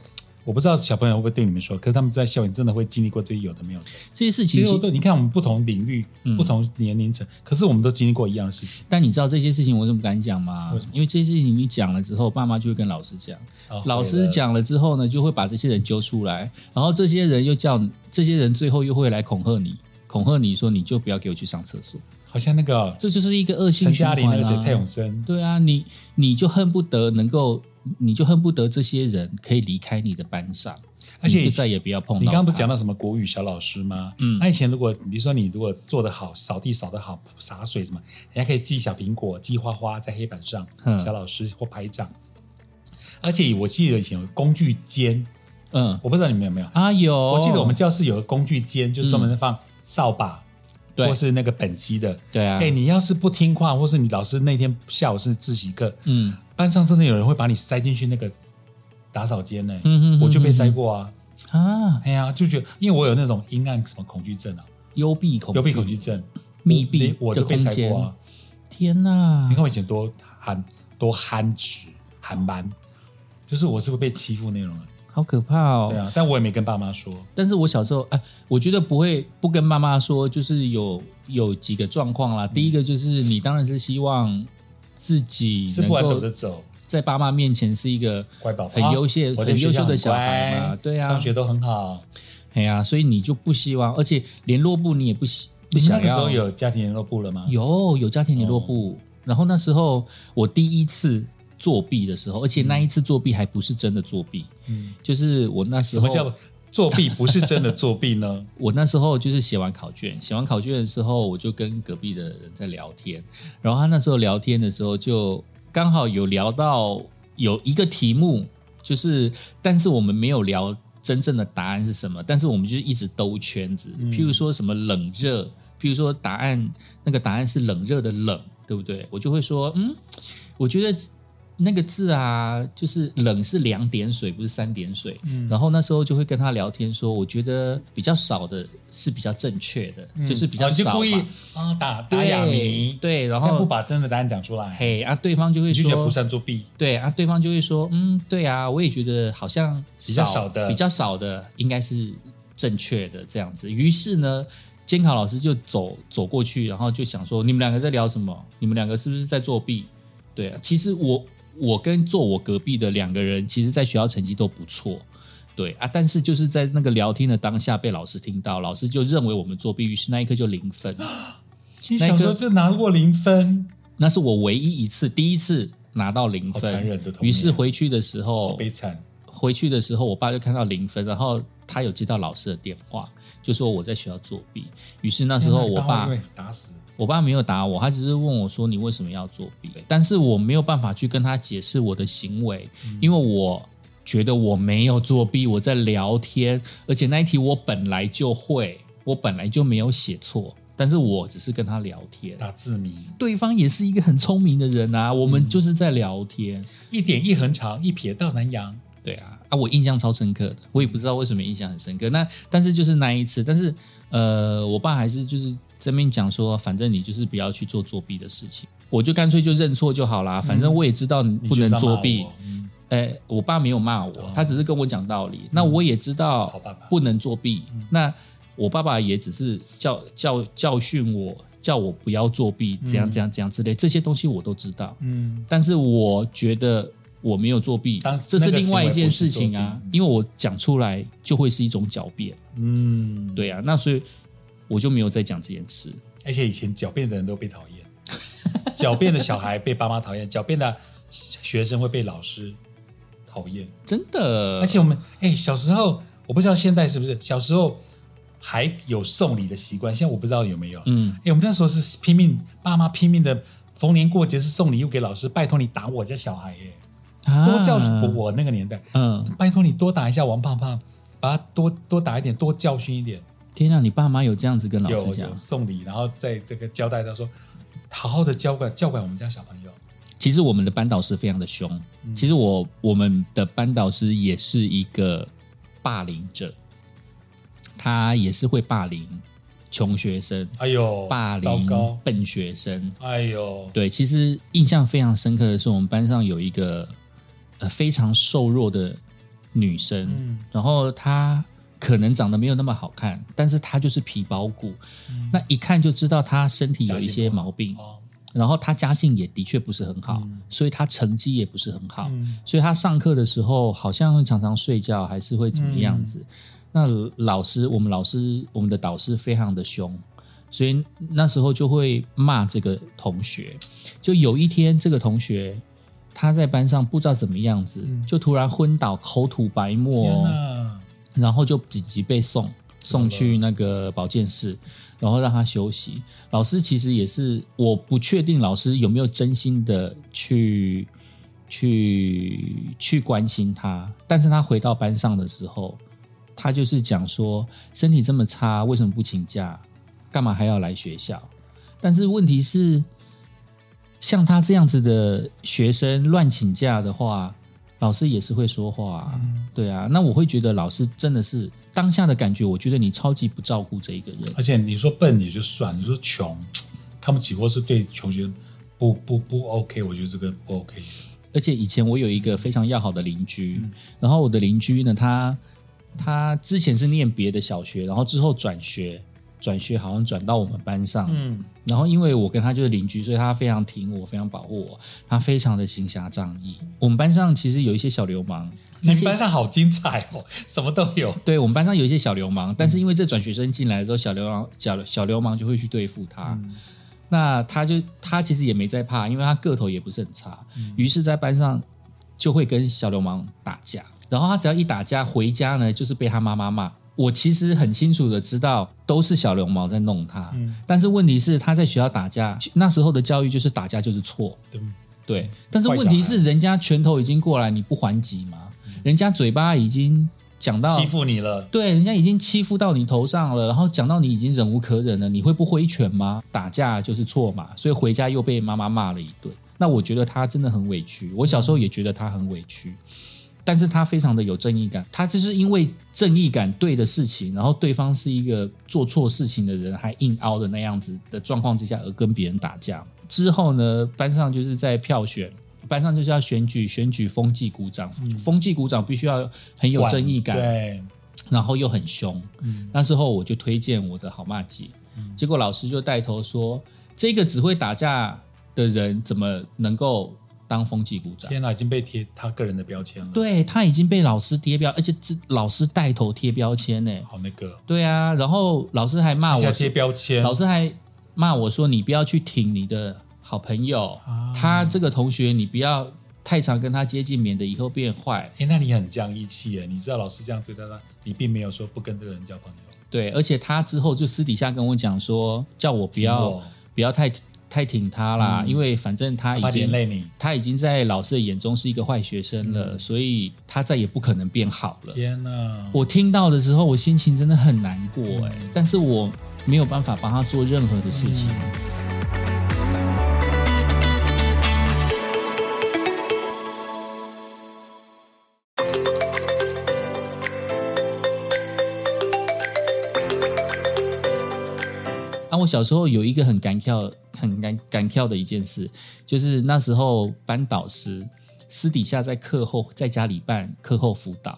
Speaker 2: 我不知道小朋友会不会对你们说，可是他们在校园真的会经历过这些有的没有的。
Speaker 1: 这些事
Speaker 2: 其
Speaker 1: 情
Speaker 2: 实
Speaker 1: 其
Speaker 2: 我都你看我们不同领域、
Speaker 1: 嗯
Speaker 2: 不同年龄层，可是我们都经历过一样的事情。
Speaker 1: 但你知道这些事情我怎么敢讲吗
Speaker 2: 为什么？
Speaker 1: 因为这些事情你讲了之后，爸妈就会跟老师讲，
Speaker 2: 哦
Speaker 1: 老师，讲了之后呢，就会把这些人揪出来，然后这些人又叫你这些人最后又会来恐吓你，恐吓你说你就不要给我去上厕所，
Speaker 2: 好像那个
Speaker 1: 这就是一个恶性
Speaker 2: 陈
Speaker 1: 循
Speaker 2: 嘉
Speaker 1: 环
Speaker 2: 玲那个谁
Speaker 1: 啊。
Speaker 2: 蔡永生，
Speaker 1: 对啊，你你就恨不得能够，你就恨不得这些人可以离开你的班上，
Speaker 2: 而且
Speaker 1: 你
Speaker 2: 以
Speaker 1: 就
Speaker 2: 前
Speaker 1: 再也不要碰到。
Speaker 2: 你刚刚不是讲？到什么国语小老师吗？
Speaker 1: 嗯
Speaker 2: 那以前如果比如说你如果做得好，扫地扫得好，洒水什么，人家可以记小苹果、记花花在黑板上，
Speaker 1: 嗯
Speaker 2: 小老师或拍掌。而且我记得以前有工具间，
Speaker 1: 嗯
Speaker 2: 我不知道你们有没有，
Speaker 1: 啊有，
Speaker 2: 我记得我们教室有个工具间，就是专门放扫把、
Speaker 1: 嗯对
Speaker 2: 或是那个本机的。
Speaker 1: 对啊，
Speaker 2: 哎、你要是不听话，或是你老师那天下午是自习课，
Speaker 1: 嗯
Speaker 2: 班上真的有人会把你塞进去那个打扫间呢、
Speaker 1: 嗯嗯，
Speaker 2: 我就被塞
Speaker 1: 嗯
Speaker 2: 过啊。
Speaker 1: 嗯啊，
Speaker 2: 哎呀、就觉得因为我有那种阴暗什么恐惧症啊，
Speaker 1: 幽闭恐
Speaker 2: 幽闭恐惧症，
Speaker 1: 密闭
Speaker 2: 我
Speaker 1: 的
Speaker 2: 就被
Speaker 1: 空
Speaker 2: 塞
Speaker 1: 间
Speaker 2: 过。啊。
Speaker 1: 天哪！
Speaker 2: 你看我以前多憨多憨直憨蛮，就是我是会被欺负那种人。
Speaker 1: 好可怕哦！
Speaker 2: 对啊，但我也没跟爸妈说。
Speaker 1: 但是我小时候，哎、我觉得不会不跟妈妈说，就是有有几个状况
Speaker 2: 嗯
Speaker 1: 啦。第一个就是你当然是希望自己
Speaker 2: 吃
Speaker 1: 能
Speaker 2: 不完躲
Speaker 1: 够
Speaker 2: 着走，
Speaker 1: 在爸妈面前是一个
Speaker 2: 乖宝宝，
Speaker 1: 很优秀、
Speaker 2: 啊我在
Speaker 1: 很
Speaker 2: 学
Speaker 1: 优
Speaker 2: 校
Speaker 1: 秀的
Speaker 2: 很
Speaker 1: 小孩嘛
Speaker 2: 乖，
Speaker 1: 对啊，
Speaker 2: 上学都很好。
Speaker 1: 哎呀、所以你就不希望，而且联络部你也不希不
Speaker 2: 你们
Speaker 1: 想
Speaker 2: 那
Speaker 1: 要。
Speaker 2: 个时候有哦家庭联络部了吗？
Speaker 1: 有有家庭联络部，然后那时候我第一次作弊的时候，而且那一次作弊还不是真的作弊，
Speaker 2: 嗯，
Speaker 1: 就是我那时
Speaker 2: 什
Speaker 1: 候
Speaker 2: 么叫作弊？不是真的作弊
Speaker 1: (laughs)
Speaker 2: 呢？
Speaker 1: 我那时候就是写完考卷，写完考卷的时候，我就跟隔壁的人在聊天，然后他那时候聊天的时候，就刚好有聊到有一个题目，就是但是我们没有聊真正的答案是什么，但是我们就是一直兜圈子，
Speaker 2: 嗯
Speaker 1: 譬如说什么冷热，譬如说答案那个答案是冷热的冷，对不对？我就会说，嗯，我觉得那个字啊，就是冷是两点水，不是三点水。
Speaker 2: 嗯，
Speaker 1: 然后那时候就会跟他聊天说，我觉得比较少的是比较正确的，嗯就是比较
Speaker 2: 哦你就
Speaker 1: 少
Speaker 2: 故意
Speaker 1: 嘛。
Speaker 2: 啊打打哑
Speaker 1: 对
Speaker 2: 谜，
Speaker 1: 对，然
Speaker 2: 但不
Speaker 1: 后
Speaker 2: 把真的答案讲出来，
Speaker 1: 嘿啊，对方就会
Speaker 2: 你就觉得不
Speaker 1: 说，
Speaker 2: 算作弊。
Speaker 1: 对啊，对方就会说，嗯，对啊，我也觉得好像
Speaker 2: 比较少的
Speaker 1: 比较少的应该是正确的这样子。于是呢，监考老师就走走过去，然后就想说，你们两个在聊什么？你们两个是不是在作弊？对啊，其实我我跟坐我隔壁的两个人，其实在学校成绩都不错。对啊，但是就是在那个聊天的当下被老师听到，老师就认为我们作弊，于是那一刻就零分。
Speaker 2: 你小时候就拿过零分，
Speaker 1: 那是我唯一一次，第一次拿到零
Speaker 2: 好残
Speaker 1: 分。
Speaker 2: 忍的童年，
Speaker 1: 于是回去的时
Speaker 2: 好
Speaker 1: 候，
Speaker 2: 悲惨。
Speaker 1: 回去的时候，我爸就看到零分，然后他有接到老师的电话，就说我在学校作弊。于是那时候
Speaker 2: 天哪
Speaker 1: 我
Speaker 2: 你
Speaker 1: 爸
Speaker 2: 会不会打死，
Speaker 1: 我爸没有打我，他只是问我说你为什么要作弊？但是我没有办法去跟他解释我的行为，因为我觉得我没有作弊，我在聊天，而且那一题我本来就会，我本来就没有写错，但是我只是跟他聊天。
Speaker 2: 打字谜，
Speaker 1: 对方也是一个很聪明的人啊，我们就是在聊天。
Speaker 2: 一点一横长，一撇到南洋。
Speaker 1: 对啊，啊，我印象超深刻的，我也不知道为什么印象很深刻。那但是就是那一次，但是呃，我爸还是就是这边讲说，反正你就是不要去做作弊的事情，我就干脆就认错就好啦。反正我也知道你
Speaker 2: 嗯你
Speaker 1: 不能作
Speaker 2: 就是
Speaker 1: 弊
Speaker 2: 要骂，我，嗯
Speaker 1: 哎、我爸没有骂我，
Speaker 2: 哦嗯
Speaker 1: 他只是跟我讲道理。那我也知
Speaker 2: 好嗯
Speaker 1: 道
Speaker 2: 爸爸
Speaker 1: 不能作弊，那我爸爸也只是教教教训我，叫我不要作弊，怎样
Speaker 2: 嗯
Speaker 1: 怎样怎样之类，这些东西我都知道。
Speaker 2: 嗯，
Speaker 1: 但是我觉得我没有作弊
Speaker 2: 当，
Speaker 1: 这是另外一件事情
Speaker 2: 那个行为
Speaker 1: 啊
Speaker 2: 不是作，弊
Speaker 1: 因为我讲出来就会是一种狡辩，
Speaker 2: 嗯，
Speaker 1: 对啊，那所以我就没有再讲这件事。
Speaker 2: 而且以前狡辩的人都被讨厌， (laughs) 狡辩的小孩被爸妈讨厌，狡辩的学生会被老师讨厌。
Speaker 1: 真的，
Speaker 2: 而且我们哎、小时候我不知道现在是不是，小时候还有送礼的习惯，现在我不知道有没有。哎、
Speaker 1: 嗯，
Speaker 2: 我们那时候是拼命，爸妈拼命的，逢年过节是送礼物给老师，拜托你打我家小孩耶、
Speaker 1: 啊
Speaker 2: 多教训我我那个年代，
Speaker 1: 嗯，
Speaker 2: 拜托你多打一下王胖胖，把他多多打一点，多教训一点。
Speaker 1: 天啊，你爸妈有这样子跟老
Speaker 2: 有
Speaker 1: 师
Speaker 2: 有
Speaker 1: 讲？
Speaker 2: 送礼，然后在这个交代他说，好好的教管教管我们家小朋友。
Speaker 1: 其实我们的班导师非常的凶，
Speaker 2: 嗯
Speaker 1: 其实我我们的班导师也是一个霸凌者，他也是会霸凌穷学生、
Speaker 2: 哎呦，
Speaker 1: 霸
Speaker 2: 糟
Speaker 1: 凌
Speaker 2: 糕，
Speaker 1: 笨学生。
Speaker 2: 哎呦，
Speaker 1: 对，其实印象非常深刻的是，我们班上有一个呃非常瘦弱的女生，
Speaker 2: 嗯
Speaker 1: 然后她可能长得没有那么好看，但是她就是皮包骨，
Speaker 2: 嗯
Speaker 1: 那一看就知道她身体有一
Speaker 2: 夹心
Speaker 1: 些
Speaker 2: 瓜
Speaker 1: 毛病，
Speaker 2: 哦，
Speaker 1: 然后她家境也的确不是很好，
Speaker 2: 嗯
Speaker 1: 所以她成绩也不是很好，
Speaker 2: 嗯
Speaker 1: 所以她上课的时候好像会常常睡觉，还是会怎么样子。
Speaker 2: 嗯
Speaker 1: 那老师，我们老师，我们的导师非常的凶，所以那时候就会骂这个同学。就有一天，这个同学他在班上不知道怎么样子，
Speaker 2: 嗯
Speaker 1: 就突然昏倒，口吐白
Speaker 2: 天
Speaker 1: 沫，哦
Speaker 2: 哪，
Speaker 1: 然后就紧急被送
Speaker 2: 么
Speaker 1: 送
Speaker 2: 了
Speaker 1: 去那个保健室，然后让他休息。老师其实也是，我不确定老师有没有真心的去去去关心他，但是他回到班上的时候，他就是讲说身体这么差，为什么不请假？干嘛还要来学校？但是问题是，像他这样子的学生乱请假的话，老师也是会说话、啊。
Speaker 2: 嗯
Speaker 1: 对啊，那我会觉得老师真的是当下的感觉，我觉得你超级不照顾这一个人。
Speaker 2: 而且你说笨也就算，你说穷，他们起或是对穷学生不不不 OK，我觉得这个不 OK。
Speaker 1: 而且以前我有一个非常要好的邻居，
Speaker 2: 嗯
Speaker 1: 然后我的邻居呢，他他之前是念别的小学，然后之后转学，转学好像转到我们班上，
Speaker 2: 嗯，
Speaker 1: 然后因为我跟他就是邻居，所以他非常挺我，非常保护我，他非常的行侠仗义。我们班上其实有一些小流氓，那
Speaker 2: 你们
Speaker 1: 些
Speaker 2: 班上好精彩哦， (laughs) 什么都有。
Speaker 1: 对我们班上有一些小流氓，但
Speaker 2: 嗯
Speaker 1: 是因为这转学生进来之后，小流氓小小流氓就会去对付他。
Speaker 2: 嗯
Speaker 1: 那他就他其实也没在怕，因为他个头也不是很差
Speaker 2: 嗯，
Speaker 1: 于、是在班上就会跟小流氓打架。然后他只要一打架，回家呢就是被他妈妈骂。我其实很清楚的知道都是小流氓在弄他，
Speaker 2: 嗯，
Speaker 1: 但是问题是他在学校打架，那时候的教育就是打架就是错，
Speaker 2: 对，
Speaker 1: 对。但是问题是人家拳头已经过来，你不还击吗？人家嘴巴已经讲到
Speaker 2: 嗯欺负你了。
Speaker 1: 对，人家已经欺负到你头上了，然后讲到你已经忍无可忍了，你会不挥拳吗？打架就是错嘛，所以回家又被妈妈骂了一顿。那我觉得他真的很委屈，我小时候也觉得他很委屈，但是他非常的有正义感，他就是因为正义感对的事情，然后对方是一个做错事情的人，还硬凹的那样子的状况之下而跟别人打架。之后呢，班上就是在票选。班上就是要选举，选举风纪股长，风纪股长必须要很有正义感，
Speaker 2: 对，
Speaker 1: 然后又很凶。
Speaker 2: 嗯
Speaker 1: 那时候我就推荐我的好骂姐，
Speaker 2: 嗯
Speaker 1: 结果老师就带头说，这个只会打架的人怎么能够当风纪股长？
Speaker 2: 天哪，已经被贴他个人的标签了。，
Speaker 1: 对他已经被老师贴标，而且这老师带头贴标签呢。
Speaker 2: 好那个，
Speaker 1: 对啊，然后老师还骂
Speaker 2: 现在
Speaker 1: 我，
Speaker 2: 贴标签，
Speaker 1: 老师还骂我说你不要去挺你的好朋友，
Speaker 2: 啊
Speaker 1: 他这个同学你不要太常跟他接近，免得以后变坏。
Speaker 2: 哎、那你很讲义气耶！你知道老师这样对待他，你并没有说不跟这个人交朋友。
Speaker 1: 对，而且他之后就私底下跟我讲说，叫我不要
Speaker 2: 我
Speaker 1: 不要太太挺他啦，
Speaker 2: 嗯
Speaker 1: 因为反正他
Speaker 2: 怕
Speaker 1: 已
Speaker 2: 连
Speaker 1: 经
Speaker 2: 累你。
Speaker 1: 他已经在老师的眼中是一个坏学生了，
Speaker 2: 嗯
Speaker 1: 所以他再也不可能变好了。
Speaker 2: 天哪！
Speaker 1: 我听到的时候，我心情真的很难过哎、
Speaker 2: 嗯
Speaker 1: 但是我没有办法帮他做任何的事情。啊，我小时候有一个很干跳、很干干跳的一件事，就是那时候班导师私底下在课后在家里办课后辅导。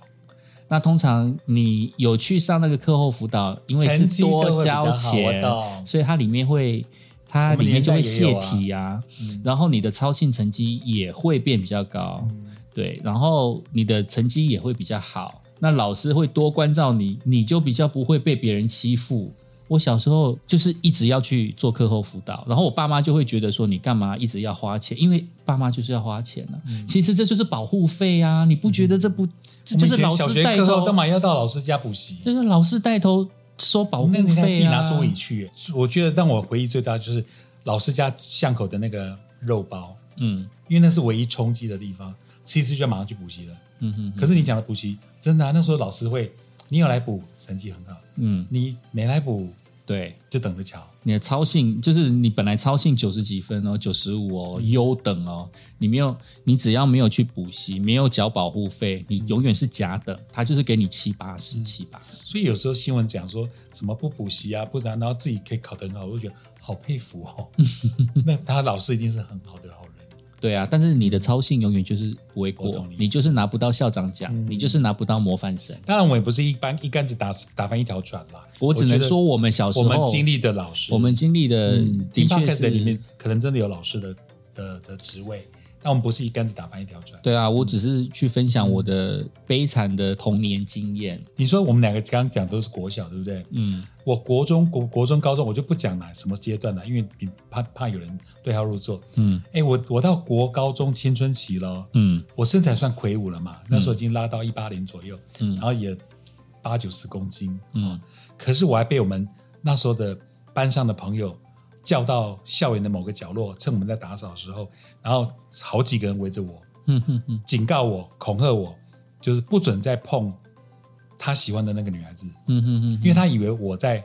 Speaker 1: 那通常你有去上那个课后辅导，因为
Speaker 2: 成
Speaker 1: 是
Speaker 2: 绩都会
Speaker 1: 多
Speaker 2: 比较
Speaker 1: 交
Speaker 2: 好我
Speaker 1: 钱，
Speaker 2: 懂
Speaker 1: 所以它里面会，它
Speaker 2: 我们
Speaker 1: 里面就会
Speaker 2: 年代也
Speaker 1: 泄
Speaker 2: 有啊
Speaker 1: 题啊，
Speaker 2: 嗯
Speaker 1: 然后你的操性成绩也会变比较高，对，然后你的成绩也会比较好。那老师会多关照你，你就比较不会被别人欺负。我小时候就是一直要去做课后辅导，然后我爸妈就会觉得说你干嘛一直要花钱，因为爸妈就是要花钱啊。
Speaker 2: 嗯
Speaker 1: 其实这就是保护费啊，你不觉得这不、这就
Speaker 2: 我们以
Speaker 1: 是
Speaker 2: 前
Speaker 1: 老
Speaker 2: 小
Speaker 1: 师
Speaker 2: 学
Speaker 1: 带
Speaker 2: 课后
Speaker 1: 头
Speaker 2: 干嘛要到老师家补习？
Speaker 1: 就是老师带头收保护
Speaker 2: 那你还自
Speaker 1: 费
Speaker 2: 己
Speaker 1: 啊，
Speaker 2: 拿桌椅去耶。我觉得让我回忆最大就是老师家巷口的那个肉包，
Speaker 1: 嗯，
Speaker 2: 因为那是唯一充饥的地方。七次就要马上去补习了。
Speaker 1: 嗯哼，
Speaker 2: 可是你讲的补习，真的、啊、那时候老师会，你有来补，成绩很好；
Speaker 1: 嗯，
Speaker 2: 你没来补，
Speaker 1: 对，
Speaker 2: 就等着瞧。
Speaker 1: 你的操性就是你本来操性九十几分哦，九十五哦，
Speaker 2: 嗯
Speaker 1: 优等哦，你没有，你只要没有去补习，没有缴保护费，你永远是甲等，他就是给你七八
Speaker 2: 嗯
Speaker 1: 十，七八十。
Speaker 2: 所以有时候新闻讲说什么不补习啊，不然然后自己可以考得很好，我就觉得好佩服哦。
Speaker 1: (laughs)
Speaker 2: 那他老师一定是很好的好人。
Speaker 1: 对啊，但是你的操性永远就是不会
Speaker 2: 我
Speaker 1: 过
Speaker 2: 懂你意，思
Speaker 1: 你就是拿不到校长奖，
Speaker 2: 嗯
Speaker 1: 你就是拿不到模范生。
Speaker 2: 当然，我也不是一般一竿子打死打翻一条船啦。
Speaker 1: 我只
Speaker 2: 觉
Speaker 1: 能
Speaker 2: 得
Speaker 1: 说，我们小时
Speaker 2: 我
Speaker 1: 候
Speaker 2: 们经历的老师，
Speaker 1: 我们经历的
Speaker 2: 嗯，
Speaker 1: 的
Speaker 2: 听
Speaker 1: 确
Speaker 2: podcast
Speaker 1: 是
Speaker 2: 的里面可能真的有老师的的的职位，但我们不是一竿子打翻一条船。
Speaker 1: 对啊，我只是去分享我的
Speaker 2: 嗯
Speaker 1: 悲惨的童年经验。
Speaker 2: 你说我们两个刚刚讲都是国小，对不对？
Speaker 1: 嗯，
Speaker 2: 我国中、国国中、高中，我就不讲哪什么阶段了，因为你怕怕有人对号入座。
Speaker 1: 嗯
Speaker 2: 哎，我我到国高中青春期了，
Speaker 1: 嗯
Speaker 2: 我身材算魁梧了嘛，那时候已经拉到一八零左右，
Speaker 1: 嗯
Speaker 2: 然后也八九十公斤，哦
Speaker 1: 嗯，
Speaker 2: 可是我还被我们那时候的班上的朋友叫到校园的某个角落，趁我们在打扫的时候，然后好几个人围着我，
Speaker 1: 哼嗯哼哼，
Speaker 2: 警告我、恐吓我，就是不准再碰他喜欢的那个女孩子，
Speaker 1: 嗯哼哼，
Speaker 2: 因为他以为我在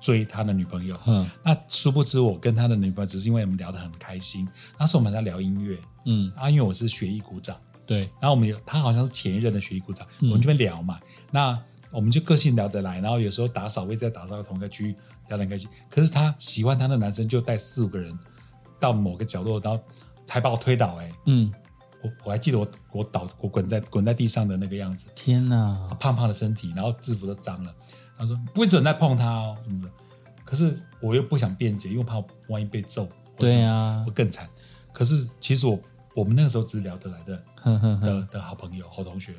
Speaker 2: 追他的女朋友。
Speaker 1: 哼，
Speaker 2: 那殊不知，我跟他的女朋友只是因为我们聊得很开心。那时候我们还在聊音乐
Speaker 1: 嗯，
Speaker 2: 啊，因为我是学艺鼓掌，
Speaker 1: 对，
Speaker 2: 然后我们有他好像是前一任的学艺股长，
Speaker 1: 嗯
Speaker 2: 我们这边聊嘛，那我们就个性聊得来，然后有时候打扫位在打扫同一个区域聊得很开心。可是他喜欢他的男生就带四五个人到某个角落，然后还把我推倒、哎，
Speaker 1: 嗯，
Speaker 2: 我我还记得我我倒我滚在滚在地上的那个样子，
Speaker 1: 天哪，
Speaker 2: 啊胖胖的身体，然后制服都脏了。他说不准再碰他哦什么的，可是我又不想辩解，因为我怕我万一被揍，
Speaker 1: 对
Speaker 2: 呀，
Speaker 1: 啊
Speaker 2: 我，更惨。可是其实我我们那个时候只是聊得来的，
Speaker 1: 哼哼嗯哼，嗯
Speaker 2: 的的好朋友、好同学。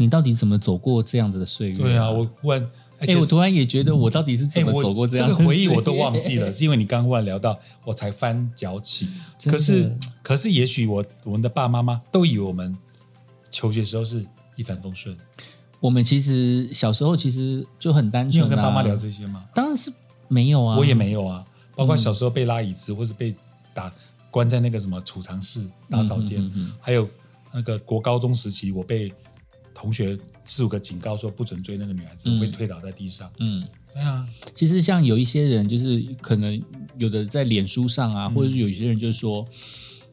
Speaker 1: 你到底怎么走过这样子的岁月？
Speaker 2: 对啊，我忽然，而
Speaker 1: 哎，
Speaker 2: 且
Speaker 1: 我
Speaker 2: 是
Speaker 1: 突然也觉得我到底是
Speaker 2: 哎
Speaker 1: 怎么
Speaker 2: 我
Speaker 1: 走过
Speaker 2: 这
Speaker 1: 样
Speaker 2: 个
Speaker 1: 的岁月
Speaker 2: 回忆我都忘
Speaker 1: (laughs)
Speaker 2: 记了，是因为你刚忽然聊到，我才翻脚起。
Speaker 1: 真的
Speaker 2: 可是，可是，也许我我们的爸爸妈妈都以为我们求学时候是一帆风顺。
Speaker 1: 啊我们其实小时候其实就很单
Speaker 2: 你有
Speaker 1: 纯
Speaker 2: 跟
Speaker 1: 啊，
Speaker 2: 爸妈聊这些吗？
Speaker 1: 当然是没有啊，
Speaker 2: 我也没有啊，包
Speaker 1: 嗯
Speaker 2: 括小时候被拉椅子，或是被打关在那个什么储藏室打扫间，
Speaker 1: 嗯嗯嗯嗯
Speaker 2: 还有那个国高中时期，我被同学四五个警告说不准追那个女孩子，
Speaker 1: 嗯
Speaker 2: 我被推倒在地上。
Speaker 1: 嗯。
Speaker 2: 对啊，
Speaker 1: 其实像有一些人，就是可能有的在脸书上
Speaker 2: 嗯
Speaker 1: 啊，或者是有些人就说，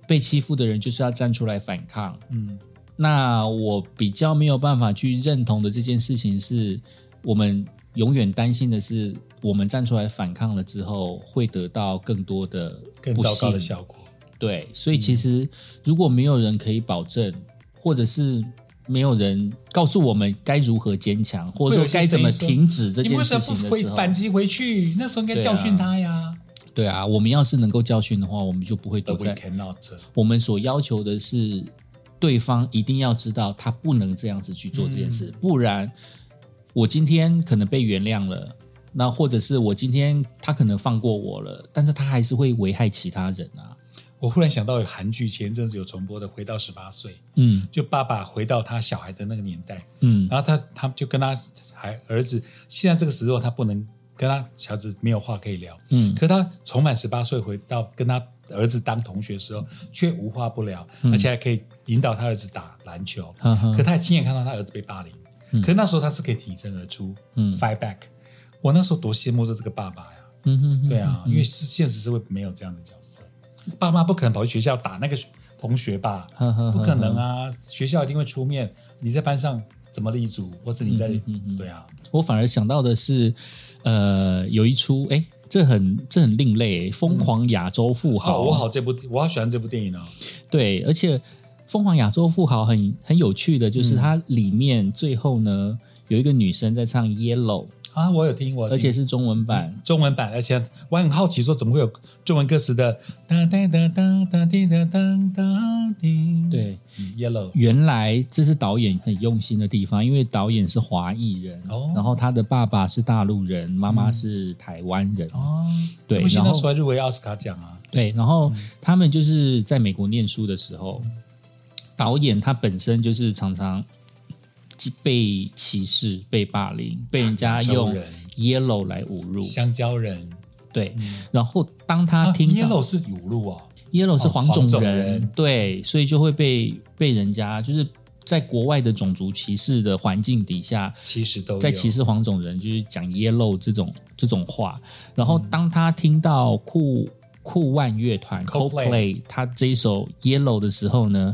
Speaker 1: 被欺负的人就是要站出来反抗。
Speaker 2: 嗯。
Speaker 1: 那我比较没有办法去认同的这件事情是，我们永远担心的是，我们站出来反抗了之后，会得到更多的
Speaker 2: 更
Speaker 1: 不
Speaker 2: 糟糕的
Speaker 1: 幸
Speaker 2: 效果。
Speaker 1: 对，所以
Speaker 2: 嗯
Speaker 1: 其实如果没有人可以保证，或者是没有人告诉我们该如何坚强，或者
Speaker 2: 会有
Speaker 1: 说该
Speaker 2: 一些
Speaker 1: 怎么
Speaker 2: 声音说
Speaker 1: 停止这
Speaker 2: 你
Speaker 1: 件
Speaker 2: 为什
Speaker 1: 事情
Speaker 2: 么不
Speaker 1: 的
Speaker 2: 回
Speaker 1: 时候，
Speaker 2: 反击回去？那时候应该
Speaker 1: 对啊
Speaker 2: 教训他呀。
Speaker 1: 对啊，我们要是能够教训的话，我们就不会躲
Speaker 2: But we
Speaker 1: 在。
Speaker 2: cannot。
Speaker 1: 我们所要求的是，对方一定要知道他不能这样子去做这件
Speaker 2: 嗯
Speaker 1: 事，不然我今天可能被原谅了，那或者是我今天他可能放过我了，但是他还是会危害其他人啊。
Speaker 2: 我忽然想到有韩剧前一阵子有重播的《回到十八岁》，
Speaker 1: 嗯
Speaker 2: 就爸爸回到他小孩的那个年代，
Speaker 1: 嗯
Speaker 2: 然后他他就跟他孩儿子，现在这个时候他不能跟他小子没有话可以聊，
Speaker 1: 嗯
Speaker 2: 可他重满十八岁回到跟他儿子当同学的时候，却无话不聊，
Speaker 1: 嗯
Speaker 2: 而且还可以引导他儿子打篮球。
Speaker 1: 哈哈
Speaker 2: 可他也亲眼看到他儿子被霸凌，
Speaker 1: 嗯
Speaker 2: 可是那时候他是可以挺身而出，
Speaker 1: 嗯
Speaker 2: fight back。我那时候多羡慕这个爸爸呀！
Speaker 1: 嗯哼
Speaker 2: 对啊，因为是现实是会没有这样的角色，爸妈不可能跑去学校打那个同学吧？
Speaker 1: 呵呵呵
Speaker 2: (laughs) 不可能
Speaker 1: (laughs)
Speaker 2: 啊，学校一定会出面。你在班上怎么立足，或是你在
Speaker 1: 嗯嗯嗯嗯
Speaker 2: 对啊，
Speaker 1: 我反而想到的是，呃，有一出哎。这很这很另类，《疯狂亚洲富豪》
Speaker 2: 好，嗯啊我好这部，我好喜欢这部电影哦。
Speaker 1: 对，而且《疯狂亚洲富豪很》很有趣的，
Speaker 2: 嗯
Speaker 1: 就是它里面最后呢、有一个女生在唱《Yellow》，
Speaker 2: 啊，我有听，嗯我有
Speaker 1: 而且
Speaker 2: 听
Speaker 1: 是中文版。
Speaker 2: 中文版，而且我很好奇说怎么会有中文歌词的哒哒哒哒哒滴哒哒哒滴，
Speaker 1: 对，
Speaker 2: 嗯，Yellow，
Speaker 1: 原来这是导演很用心的地方，因为导演是华裔人，
Speaker 2: 哦
Speaker 1: 然后他的爸爸是大陆人，妈妈是台湾人，
Speaker 2: 哦，
Speaker 1: 对
Speaker 2: 这部戏
Speaker 1: 然后
Speaker 2: 那时候还入围奥斯卡奖啊，
Speaker 1: 对，然后他们就是在美国念书的时候，导演他本身就是常常被歧视、被霸凌、被人家
Speaker 2: 啊亚洲
Speaker 1: 用
Speaker 2: 人
Speaker 1: yellow 来侮辱，
Speaker 2: 香蕉人，
Speaker 1: 对，然后当他
Speaker 2: 啊
Speaker 1: 听到、
Speaker 2: Yellow 是语录哦，
Speaker 1: Yellow 是
Speaker 2: 哦
Speaker 1: 黄
Speaker 2: 黄
Speaker 1: 种
Speaker 2: 种
Speaker 1: 人，
Speaker 2: 人
Speaker 1: 对，所以就会被被人家就是在国外的种族歧视的环境底下，
Speaker 2: 其实都有
Speaker 1: 在歧视黄种人，就是讲 Yellow 这种这种话。然后当他听到酷酷万乐团
Speaker 2: Coldplay
Speaker 1: Coldplay 他这一首 Yellow 的时候呢，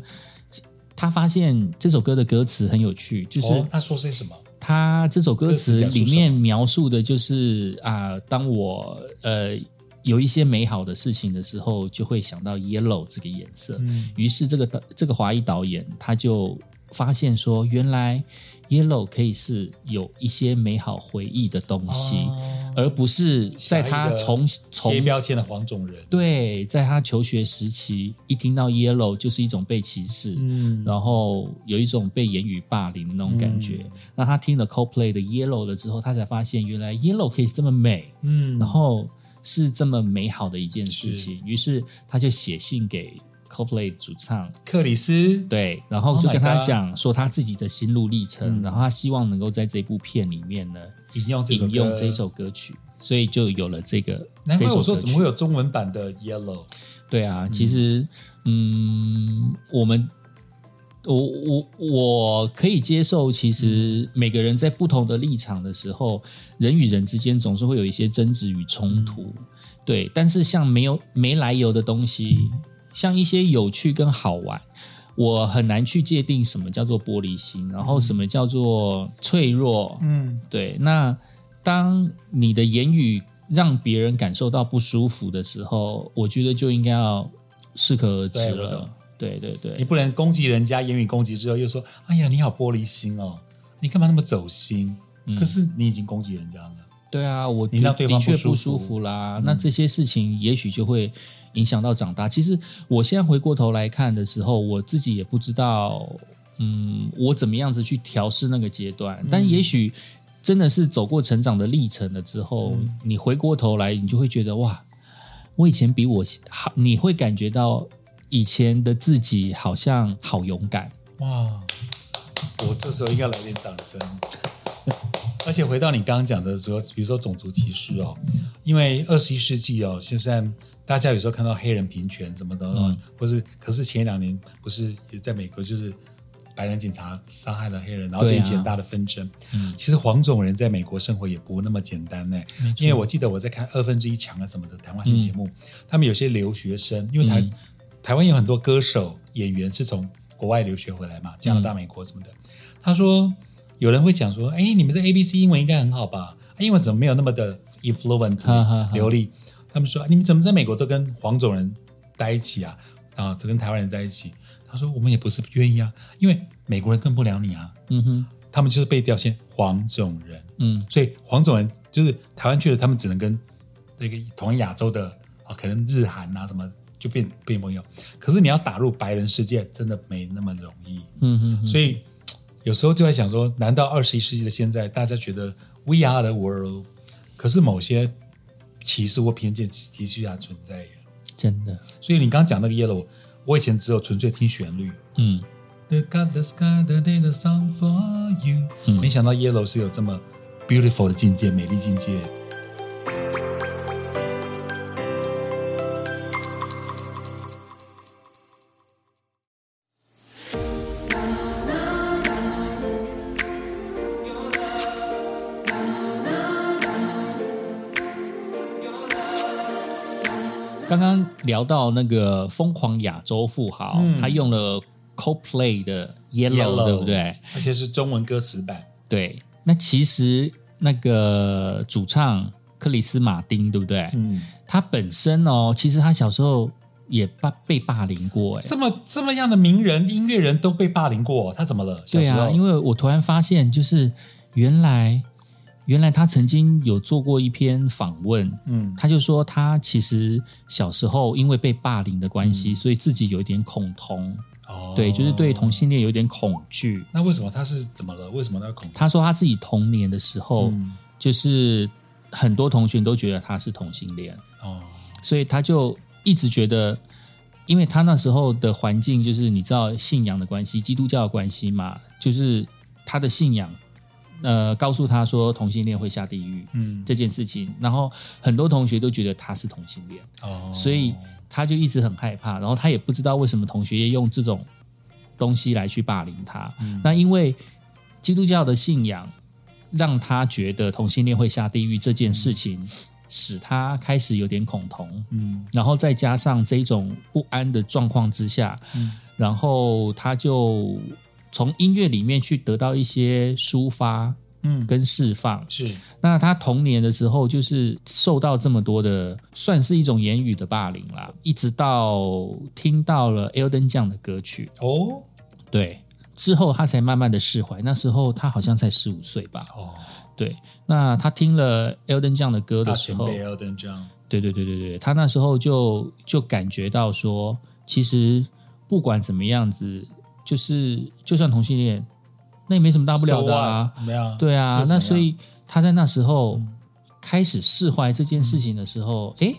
Speaker 1: 他发现这首歌的歌词很有趣，就是。
Speaker 2: 哦，他说些什么？
Speaker 1: 他这首歌词
Speaker 2: 歌词讲述
Speaker 1: 里面描述的就是啊、当我呃有一些美好的事情的时候，就会想到 yellow 这个颜色。
Speaker 2: 嗯，
Speaker 1: 于是这个导这个华裔导演他就发现说，原来 yellow 可以是有一些美好回忆的东西，
Speaker 2: 哦
Speaker 1: 而不是在他
Speaker 2: 下一个
Speaker 1: 从从
Speaker 2: 贴标签的黄种人，
Speaker 1: 对，在他求学时期，一听到 yellow 就是一种被歧视。
Speaker 2: 嗯，
Speaker 1: 然后有一种被言语霸凌的那种感觉。
Speaker 2: 嗯
Speaker 1: 那他听了 Coldplay 的 Yellow 了之后，他才发现原来 Yellow 可以这么美，
Speaker 2: 嗯，
Speaker 1: 然后是这么美好的一件事情。于是他就写信给 Coldplay 主唱，
Speaker 2: 克里斯，
Speaker 1: 对，然后
Speaker 2: Oh
Speaker 1: 就跟他
Speaker 2: my god
Speaker 1: 讲说他自己的心路历程，
Speaker 2: 嗯
Speaker 1: 然后他希望能够在这部片里面呢
Speaker 2: 引用这首
Speaker 1: 引用
Speaker 2: 歌
Speaker 1: 这首歌曲。所以就有了这个，
Speaker 2: 难怪
Speaker 1: 这首
Speaker 2: 我说
Speaker 1: 歌
Speaker 2: 怎么会
Speaker 1: 曲
Speaker 2: 有中文版的 Yellow？
Speaker 1: 对啊，其实，嗯，我们，我我我可以接受，其实每个人在不同的立场的时候，人与人之间总是会有一些争执与冲突，对。但是像没有没来由的东西，像一些有趣跟好玩。我很难去界定什么叫做玻璃心，然后什么叫做脆弱，
Speaker 2: 嗯，
Speaker 1: 对，那当你的言语让别人感受到不舒服的时候，我觉得就应该要适可而止
Speaker 2: 对我懂
Speaker 1: 了。对对对
Speaker 2: 你不能攻击人家，言语攻击之后又说：“哎呀，你好玻璃心哦，你干嘛那么走心？”
Speaker 1: 嗯
Speaker 2: 可是你已经攻击人家了，
Speaker 1: 对啊，我
Speaker 2: 你
Speaker 1: 觉
Speaker 2: 让
Speaker 1: 得
Speaker 2: 对
Speaker 1: 的
Speaker 2: 方
Speaker 1: 确
Speaker 2: 不舒
Speaker 1: 不舒
Speaker 2: 服嗯
Speaker 1: 服啦。那这些事情也许就会影响到长大。其实我现在回过头来看的时候，我自己也不知道，嗯，我怎么样子去调试那个阶段。
Speaker 2: 嗯
Speaker 1: 但也许真的是走过成长的历程了之后，
Speaker 2: 嗯
Speaker 1: 你回过头来，你就会觉得哇，我以前比我好，你会感觉到以前的自己好像好勇敢。
Speaker 2: 哇！我这时候应该来点掌声。 (laughs) 而且回到你刚刚讲的，主要比如说种族歧视哦，因为二十一世纪哦，现在大家有时候看到黑人平权什么的，哦
Speaker 1: 嗯
Speaker 2: 或是可是前两年不是也在美国就是白人警察杀害了黑人，然后就
Speaker 1: 对啊
Speaker 2: 引起很大的纷争。
Speaker 1: 嗯
Speaker 2: 其实黄种人在美国生活也不那么简单呢、因为我记得我在看二分之一强啊什么的谈话性节目，他们有些留学生，因为台、
Speaker 1: 嗯
Speaker 2: 台湾有很多歌手演员是从国外留学回来
Speaker 1: 嗯
Speaker 2: 嘛，加拿大、美国什么的。他说有人会讲说，哎、你们这 A B C 英文应该很好吧？啊英文怎么没有那么的 influent
Speaker 1: 哈哈哈
Speaker 2: 流利？他们说你们怎么在美国都跟黄种人在一起啊？啊，都跟台湾人在一起？他说我们也不是不愿意啊，因为美国人跟不了你啊，
Speaker 1: 嗯哼，
Speaker 2: 他们就是被标签黄种人。
Speaker 1: 嗯
Speaker 2: 所以黄种人就是台湾去了，他们只能跟这个同亚洲的啊，可能日韩啊什么就变变朋友。可是你要打入白人世界，真的没那么容易。
Speaker 1: 嗯哼嗯，
Speaker 2: 所以嘖有时候就在想说，难道二十一世纪的现在，大家觉得 we are the world，可是某些歧视或偏见的确还存在耶。
Speaker 1: 真的，
Speaker 2: 所以你刚刚讲那个 yellow，我以前只有纯粹听旋律。
Speaker 1: 嗯
Speaker 2: The God, the sky, the day, the song for you。
Speaker 1: 嗯
Speaker 2: 没想到 Yellow 是有这么 beautiful 的境界，美丽境界。
Speaker 1: 刚刚聊到那个疯狂亚洲富豪，
Speaker 2: 嗯
Speaker 1: 他用了 CoPlay 的 Yellow，,
Speaker 2: Yellow
Speaker 1: 对不对？
Speaker 2: 而且是中文歌词版。
Speaker 1: 对，那其实那个主唱克里斯马丁，对不对？
Speaker 2: 嗯，
Speaker 1: 他本身哦，其实他小时候也霸被霸凌过，哎，
Speaker 2: 这么这么样的名人、音乐人都被霸凌过，他怎么了？
Speaker 1: 对啊，因
Speaker 2: 为
Speaker 1: 为我突然发现，就是原来原来他曾经有做过一篇访问，
Speaker 2: 嗯，
Speaker 1: 他就说他其实小时候因为被霸凌的关系，
Speaker 2: 嗯
Speaker 1: 所以自己有一点恐同。
Speaker 2: 哦
Speaker 1: 对，就是对同。性恋有点恐惧。
Speaker 2: 那为什么他是怎么了？为什么他要恐
Speaker 1: 他说他自己童年的时候，
Speaker 2: 嗯
Speaker 1: 就是很多同学都觉得他是同性恋，
Speaker 2: 哦，
Speaker 1: 所以他就一直觉得，因为他那时候的环境就是你知道信仰的关系，基督教的关系嘛，就是他的信仰呃告诉他说同性恋会下地狱
Speaker 2: 嗯，
Speaker 1: 这件事情，然后很多同学都觉得他是同性恋，
Speaker 2: 哦，
Speaker 1: 所以他就一直很害怕，然后他也不知道为什么同学用这种东西来去霸凌他。
Speaker 2: 嗯
Speaker 1: 那因为基督教的信仰让他觉得同性恋会下地狱这件事情，使他开始有点恐同，
Speaker 2: 嗯
Speaker 1: 然后再加上这种不安的状况之下，
Speaker 2: 嗯
Speaker 1: 然后他就从音乐里面去得到一些抒发
Speaker 2: 嗯，
Speaker 1: 跟释放。
Speaker 2: 是
Speaker 1: 那他童年的时候就是受到这么多的，算是一种言语的霸凌啦，一直到听到了 Elton John 的歌曲，
Speaker 2: 哦
Speaker 1: 对，之后他才慢慢的释怀。那时候他好像才十五岁吧，
Speaker 2: 哦，
Speaker 1: 对。那他听了 Elton John 的歌
Speaker 2: 大
Speaker 1: 的时
Speaker 2: 前
Speaker 1: 候，
Speaker 2: 辈啊 Elton John，
Speaker 1: 对对对对对，他那时候就就感觉到说，其实不管怎么样子，就是就算同性恋，那也没什么大不了的啊。
Speaker 2: So what？没有啊，
Speaker 1: 对啊
Speaker 2: 又，怎么
Speaker 1: 那
Speaker 2: 样嗯
Speaker 1: 所以他在那时候开始释怀这件事情的时候，诶，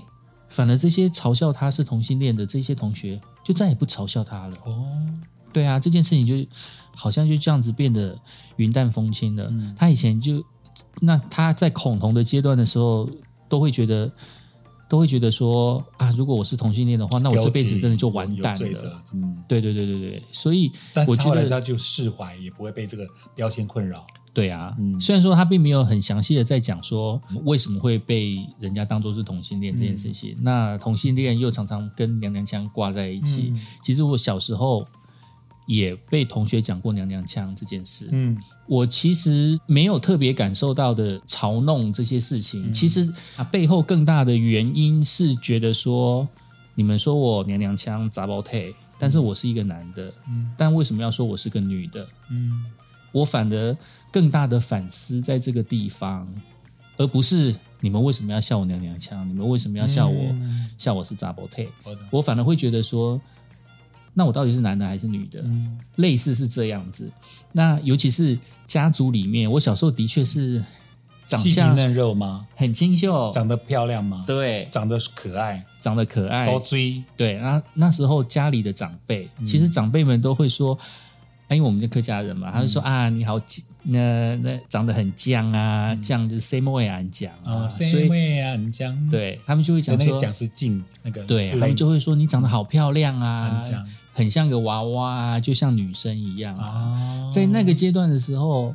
Speaker 1: 反而这些嘲笑他是同性恋的这些同学就再也不嘲笑他了。
Speaker 2: 哦，
Speaker 1: 对啊，这件事情就好像就这样子变得云淡风轻了。
Speaker 2: 嗯
Speaker 1: 他以前就那他在恐同的阶段的时候，都会觉得都会觉得说啊，如果我是同性恋的话，那我这辈子真的就完蛋
Speaker 2: 有罪
Speaker 1: 了。
Speaker 2: 的，嗯。
Speaker 1: 对对对对对，所以
Speaker 2: 但
Speaker 1: 我
Speaker 2: 他
Speaker 1: 觉
Speaker 2: 后来
Speaker 1: 得
Speaker 2: 他就释怀，也不会被这个标签困扰。
Speaker 1: 对啊，
Speaker 2: 嗯
Speaker 1: 虽然说他并没有很详细的在讲说为什么会被人家当做是同性
Speaker 2: 嗯
Speaker 1: 恋这件事情，那同性恋又常常跟娘娘腔挂在一起。
Speaker 2: 嗯
Speaker 1: 其实我小时候也被同学讲过娘娘腔这件事，
Speaker 2: 嗯，
Speaker 1: 我其实没有特别感受到的嘲弄这些事情。
Speaker 2: 嗯
Speaker 1: 其实啊，背后更大的原因是觉得说，你们说我娘娘腔、杂包退，但是我是一个男的，
Speaker 2: 嗯
Speaker 1: 但为什么要说我是个女的？
Speaker 2: 嗯，
Speaker 1: 我反而更大的反思在这个地方，而不是你们为什么要笑我娘娘腔，你们为什么要笑我、
Speaker 2: 嗯
Speaker 1: 笑我是杂包退？
Speaker 2: 我懂。
Speaker 1: 我反而会觉得说，那我到底是男的还是女的？
Speaker 2: 嗯
Speaker 1: 类似是这样子。那尤其是家族里面，我小时候的确是长
Speaker 2: 细皮
Speaker 1: 相
Speaker 2: 嫩肉吗？
Speaker 1: 很清秀，
Speaker 2: 长得漂亮吗？
Speaker 1: 哦对，哎
Speaker 2: 长得可爱，
Speaker 1: 长得可爱
Speaker 2: 多，追。
Speaker 1: 对。那那时候家里的长辈，
Speaker 2: 嗯
Speaker 1: 其实长辈们都会说。啊因为我们是客家人嘛，
Speaker 2: 嗯
Speaker 1: 他就说、啊，你好，那那长得很犟啊，
Speaker 2: 嗯
Speaker 1: 犟、就是 same way 啊，很犟啊，
Speaker 2: 啊，
Speaker 1: 所
Speaker 2: 谁
Speaker 1: 以
Speaker 2: 会啊？你讲，
Speaker 1: 对他们就会
Speaker 2: 所
Speaker 1: 讲
Speaker 2: 以那
Speaker 1: 说
Speaker 2: 个，讲是近那个，
Speaker 1: 对他们就会说你长得好漂亮啊
Speaker 2: 很，讲
Speaker 1: 很像个娃娃啊，就像女生一样啊。
Speaker 2: 啊，
Speaker 1: 在那个阶段的时候，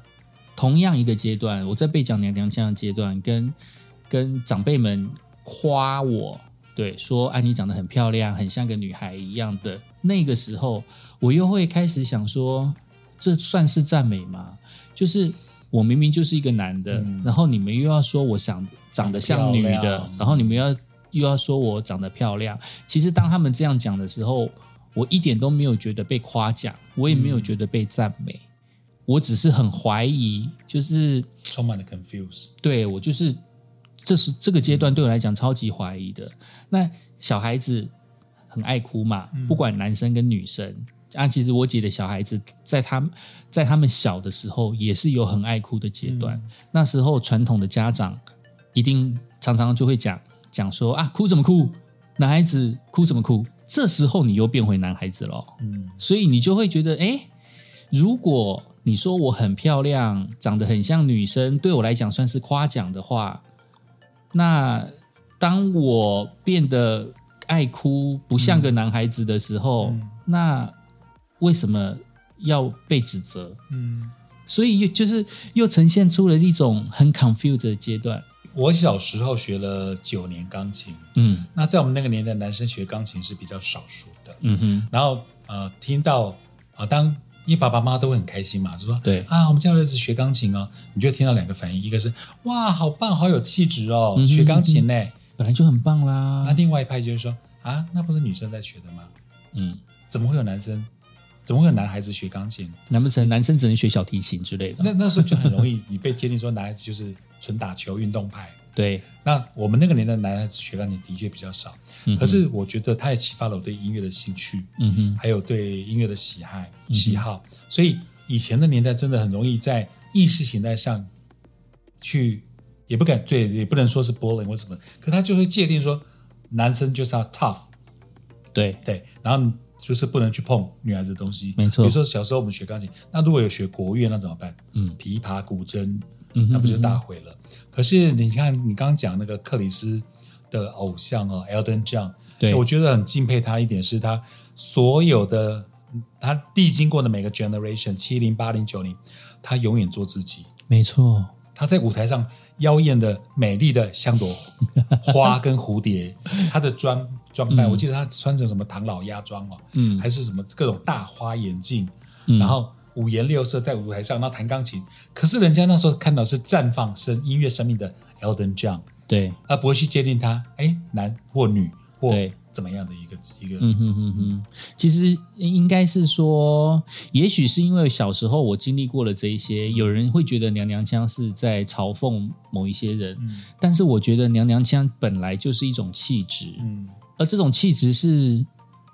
Speaker 1: 同样一个阶段，我在被讲娘娘腔的阶段，跟跟长辈们夸我，对，说安妮长得很漂亮，很像个女孩一样的那个时候，我又会开始想说，这算是赞美吗？就是我明明就是一个男的，
Speaker 2: 嗯
Speaker 1: 然后你们又要说我长长得像女
Speaker 2: 漂
Speaker 1: 的
Speaker 2: 亮，
Speaker 1: 然后你们要又要说我长得漂亮。其实当他们这样讲的时候，我一点都没有觉得被夸奖，我也没
Speaker 2: 嗯
Speaker 1: 有觉得被赞美，我只是很怀疑，就是
Speaker 2: 充满了 confuse。
Speaker 1: 对我就是这是这个阶段对我来讲超级怀疑的。那小孩子很爱哭嘛，不管男生跟女生。啊，其实我姐的小孩子在他们在他们小的时候也是有很爱哭的阶段。那时候传统的家长一定常常就会讲讲说啊，哭什么哭，男孩子哭什么哭。这时候你又变回男孩子了。哦
Speaker 2: 嗯
Speaker 1: 所以你就会觉得，哎、如果你说我很漂亮，长得很像女生，对我来讲算是夸奖的话，那当我变得爱哭，不像个男孩子的时候，
Speaker 2: 嗯
Speaker 1: 那为什么要被指责？
Speaker 2: 嗯，
Speaker 1: 所以又就是又呈现出了一种很 confused 的阶段。
Speaker 2: 我小时候学了九年钢琴，
Speaker 1: 嗯
Speaker 2: 那在我们那个年代，男生学钢琴是比较少数的。
Speaker 1: 嗯哼，
Speaker 2: 然后呃，听到啊、当因为爸爸妈妈都会很开心嘛，就说
Speaker 1: 对
Speaker 2: 啊，我们家儿子学钢琴哦，你就听到两个反应，一个是哇，好棒，好有气质哦，
Speaker 1: 嗯哼
Speaker 2: 学钢琴呢。
Speaker 1: 本来就很棒
Speaker 2: 那
Speaker 1: 啦。
Speaker 2: 啊另外一派就是说啊，那不是女生在学的吗？
Speaker 1: 嗯，
Speaker 2: 怎么会有男生？怎么会有男孩子学钢琴？
Speaker 1: 难不成男生只能学小提琴之类的？
Speaker 2: 那那时候就很容易你被界定说男孩子就是纯打球运动派。
Speaker 1: 对，
Speaker 2: 那我们那个年代男孩子学钢琴的确比较少，
Speaker 1: 嗯哼
Speaker 2: 可是我觉得他也启发了我对音乐的兴趣。
Speaker 1: 嗯哼，
Speaker 2: 还有对音乐的喜爱
Speaker 1: 嗯哼
Speaker 2: 喜好，所以以前的年代真的很容易在意识形态上去，也不敢对，也不能说是 bullying 或什么，可他就会界定说男生就是要 tough，
Speaker 1: 对，
Speaker 2: 对，然后就是不能去碰女孩子的东西。
Speaker 1: 没错
Speaker 2: 比如说小时候我们学钢琴，那如果有学国乐，那怎么办？
Speaker 1: 嗯
Speaker 2: 琵琶、古筝，
Speaker 1: 嗯哼
Speaker 2: 那不就大毁了？可是你看，你刚刚讲那个克里斯的偶像哦，Elton John，
Speaker 1: 对，
Speaker 2: 我觉得很敬佩他一点是他所有的他历经过的每个 generation，七零、八零、九零，他永远做自己。
Speaker 1: 没错，
Speaker 2: 他在舞台上妖艳的、美丽的像朵花跟
Speaker 1: (laughs)
Speaker 2: 蝴蝶，他的装装扮，
Speaker 1: 嗯
Speaker 2: 我记得他穿成什么唐老鸭装哦，
Speaker 1: 嗯
Speaker 2: 还是什么各种大花眼镜，
Speaker 1: 嗯
Speaker 2: 然后五颜六色在舞台上，然后弹钢琴。可是人家那时候看到是绽放生音乐生命的 Elton John，
Speaker 1: 对，
Speaker 2: 而不会去界定他哎男或女或
Speaker 1: 对
Speaker 2: 怎么样的一个一个
Speaker 1: 嗯哼哼哼，其实应该是说，也许是因为小时候我经历过了这一些，有人会觉得娘娘腔是在嘲讽某一些人，
Speaker 2: 嗯
Speaker 1: 但是我觉得娘娘腔本来就是一种气质，
Speaker 2: 嗯
Speaker 1: 而这种气质是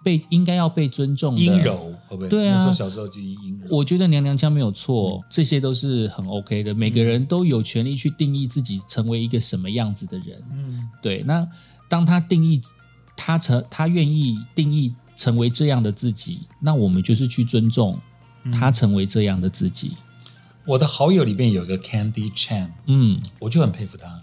Speaker 1: 被应该要被尊重的。
Speaker 2: 嗯阴，柔会不会？
Speaker 1: 对啊
Speaker 2: 那时候小时候就阴柔。
Speaker 1: 我觉得娘娘腔没有
Speaker 2: 嗯
Speaker 1: 错，这些都是很 OK 的，每个人都有权利去定义自己成为一个什么样子的人。
Speaker 2: 嗯
Speaker 1: 对，那当他定义他成他愿意定义成为这样的自己，那我们就是去尊重
Speaker 2: 嗯
Speaker 1: 他成为这样的自己。
Speaker 2: 我的好友里面有一个 Candy Chan，
Speaker 1: 嗯，
Speaker 2: 我就很佩服他。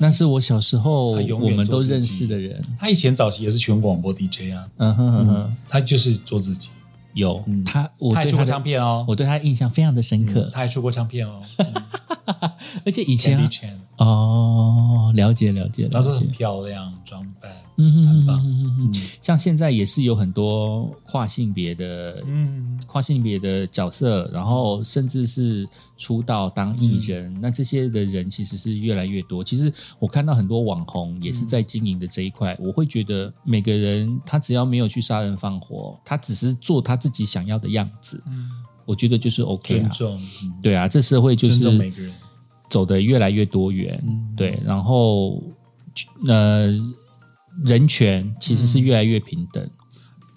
Speaker 1: 那是我小时候
Speaker 2: 他永
Speaker 1: 我
Speaker 2: 远
Speaker 1: 们都
Speaker 2: 做自己
Speaker 1: 认识的人。
Speaker 2: 他以前早期也是全国广播 DJ 啊，
Speaker 1: 嗯哼哼哼，
Speaker 2: 他就是做自己。
Speaker 1: 有
Speaker 2: 嗯
Speaker 1: 他，我
Speaker 2: 他还
Speaker 1: 对
Speaker 2: 出
Speaker 1: 他
Speaker 2: 过
Speaker 1: 的
Speaker 2: 唱片哦，
Speaker 1: 我对他的印象非常的深刻
Speaker 2: 嗯，他还出过唱片
Speaker 1: (laughs)
Speaker 2: 哦。嗯
Speaker 1: 而且以前
Speaker 2: Candy
Speaker 1: 啊
Speaker 2: Chan，
Speaker 1: 哦，了解了解
Speaker 2: 那时
Speaker 1: 了
Speaker 2: 候
Speaker 1: 解
Speaker 2: 很，漂亮，装扮。
Speaker 1: 嗯哼哼
Speaker 2: 很
Speaker 1: 哼
Speaker 2: 棒
Speaker 1: 哼哼，
Speaker 2: 嗯
Speaker 1: 像现在也是有很多跨性别的
Speaker 2: 嗯，
Speaker 1: 跨性别的角色，然后甚至是出道当艺人，
Speaker 2: 嗯
Speaker 1: 那这些的人其实是越来越多。其实我看到很多网红也是在经营的这一块，
Speaker 2: 嗯
Speaker 1: 我会觉得每个人他只要没有去杀人放火，他只是做他自己想要的样子，
Speaker 2: 嗯
Speaker 1: 我觉得就是 OK
Speaker 2: 尊
Speaker 1: 啊。
Speaker 2: 重，嗯
Speaker 1: 对啊，这社会就
Speaker 2: 尊重每
Speaker 1: 是
Speaker 2: 个人。
Speaker 1: 走的越来越多元，
Speaker 2: 嗯
Speaker 1: 对，然后呃，人权其
Speaker 2: 嗯
Speaker 1: 实是越来越平等。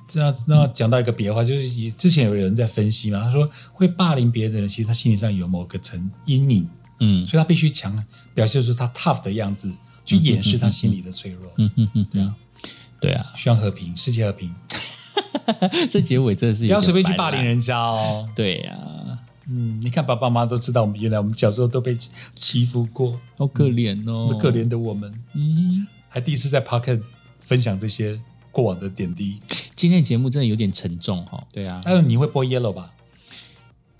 Speaker 2: 这样那讲到一个别话，就是也之前有人在分析嘛，他说会霸凌别人的人，其实他心理上有某个层阴影，
Speaker 1: 嗯
Speaker 2: 所以他必须强表现出他 tough 的样子，去掩饰他心里的脆弱。
Speaker 1: 嗯哼哼哼，对
Speaker 2: (laughs)
Speaker 1: 啊，
Speaker 2: 希望和平，世界和平，
Speaker 1: 这结尾真的是
Speaker 2: 不
Speaker 1: 有
Speaker 2: 要
Speaker 1: 点
Speaker 2: 随便去
Speaker 1: 白
Speaker 2: 霸
Speaker 1: 烂
Speaker 2: 凌人家哦。
Speaker 1: 对呀、啊，
Speaker 2: 嗯，你看爸爸妈妈都知道，我们原来我们小时候都被欺欺负过，
Speaker 1: 好可怜哦
Speaker 2: 那，可怜的我们，
Speaker 1: 嗯。
Speaker 2: 还第一次在 Pocket 分享这些过往的点滴。
Speaker 1: 今天的节目真的有点沉重哈、哦。对啊
Speaker 2: 还有你会播 Yellow 吧？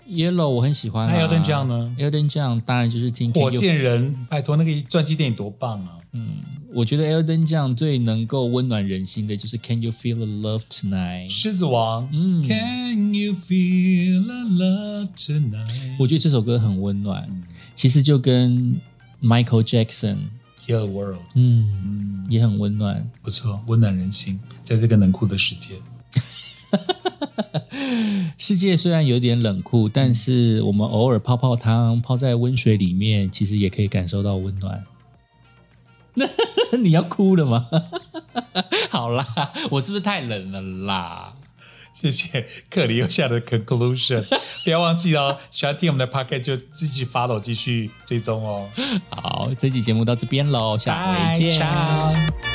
Speaker 1: ，Yellow 我很喜欢、啊。
Speaker 2: 那 Elton John 呢
Speaker 1: ？Elton John 当然就是听 Can
Speaker 2: 火
Speaker 1: You-
Speaker 2: 箭人，拜托那个传记电影多棒啊！
Speaker 1: 嗯，我觉得 Elton John 最能够温暖人心的就是 Can You Feel the Love Tonight。
Speaker 2: 狮子王，
Speaker 1: 嗯
Speaker 2: Can you feel the love tonight？
Speaker 1: 我觉得这首歌很温暖，其实就跟 Michael Jackson，
Speaker 2: Heal the world，
Speaker 1: 嗯，
Speaker 2: 嗯，
Speaker 1: 也很温暖。
Speaker 2: 不错，温暖人心，在这个冷酷的世界，
Speaker 1: 世界虽然有点冷酷，但是我们偶尔泡泡汤，泡在温水里面，其实也可以感受到温暖。 (laughs) 你要哭了吗？ (laughs) 好啦，我是不是太冷了啦？
Speaker 2: 谢谢 (laughs) 克里又下的 conclusion。不要忘记哦，喜欢听我们的 podcast 就继续 follow，继续追踪哦。
Speaker 1: 好，这期节目到这边喽，下回见。
Speaker 2: Bye，ciao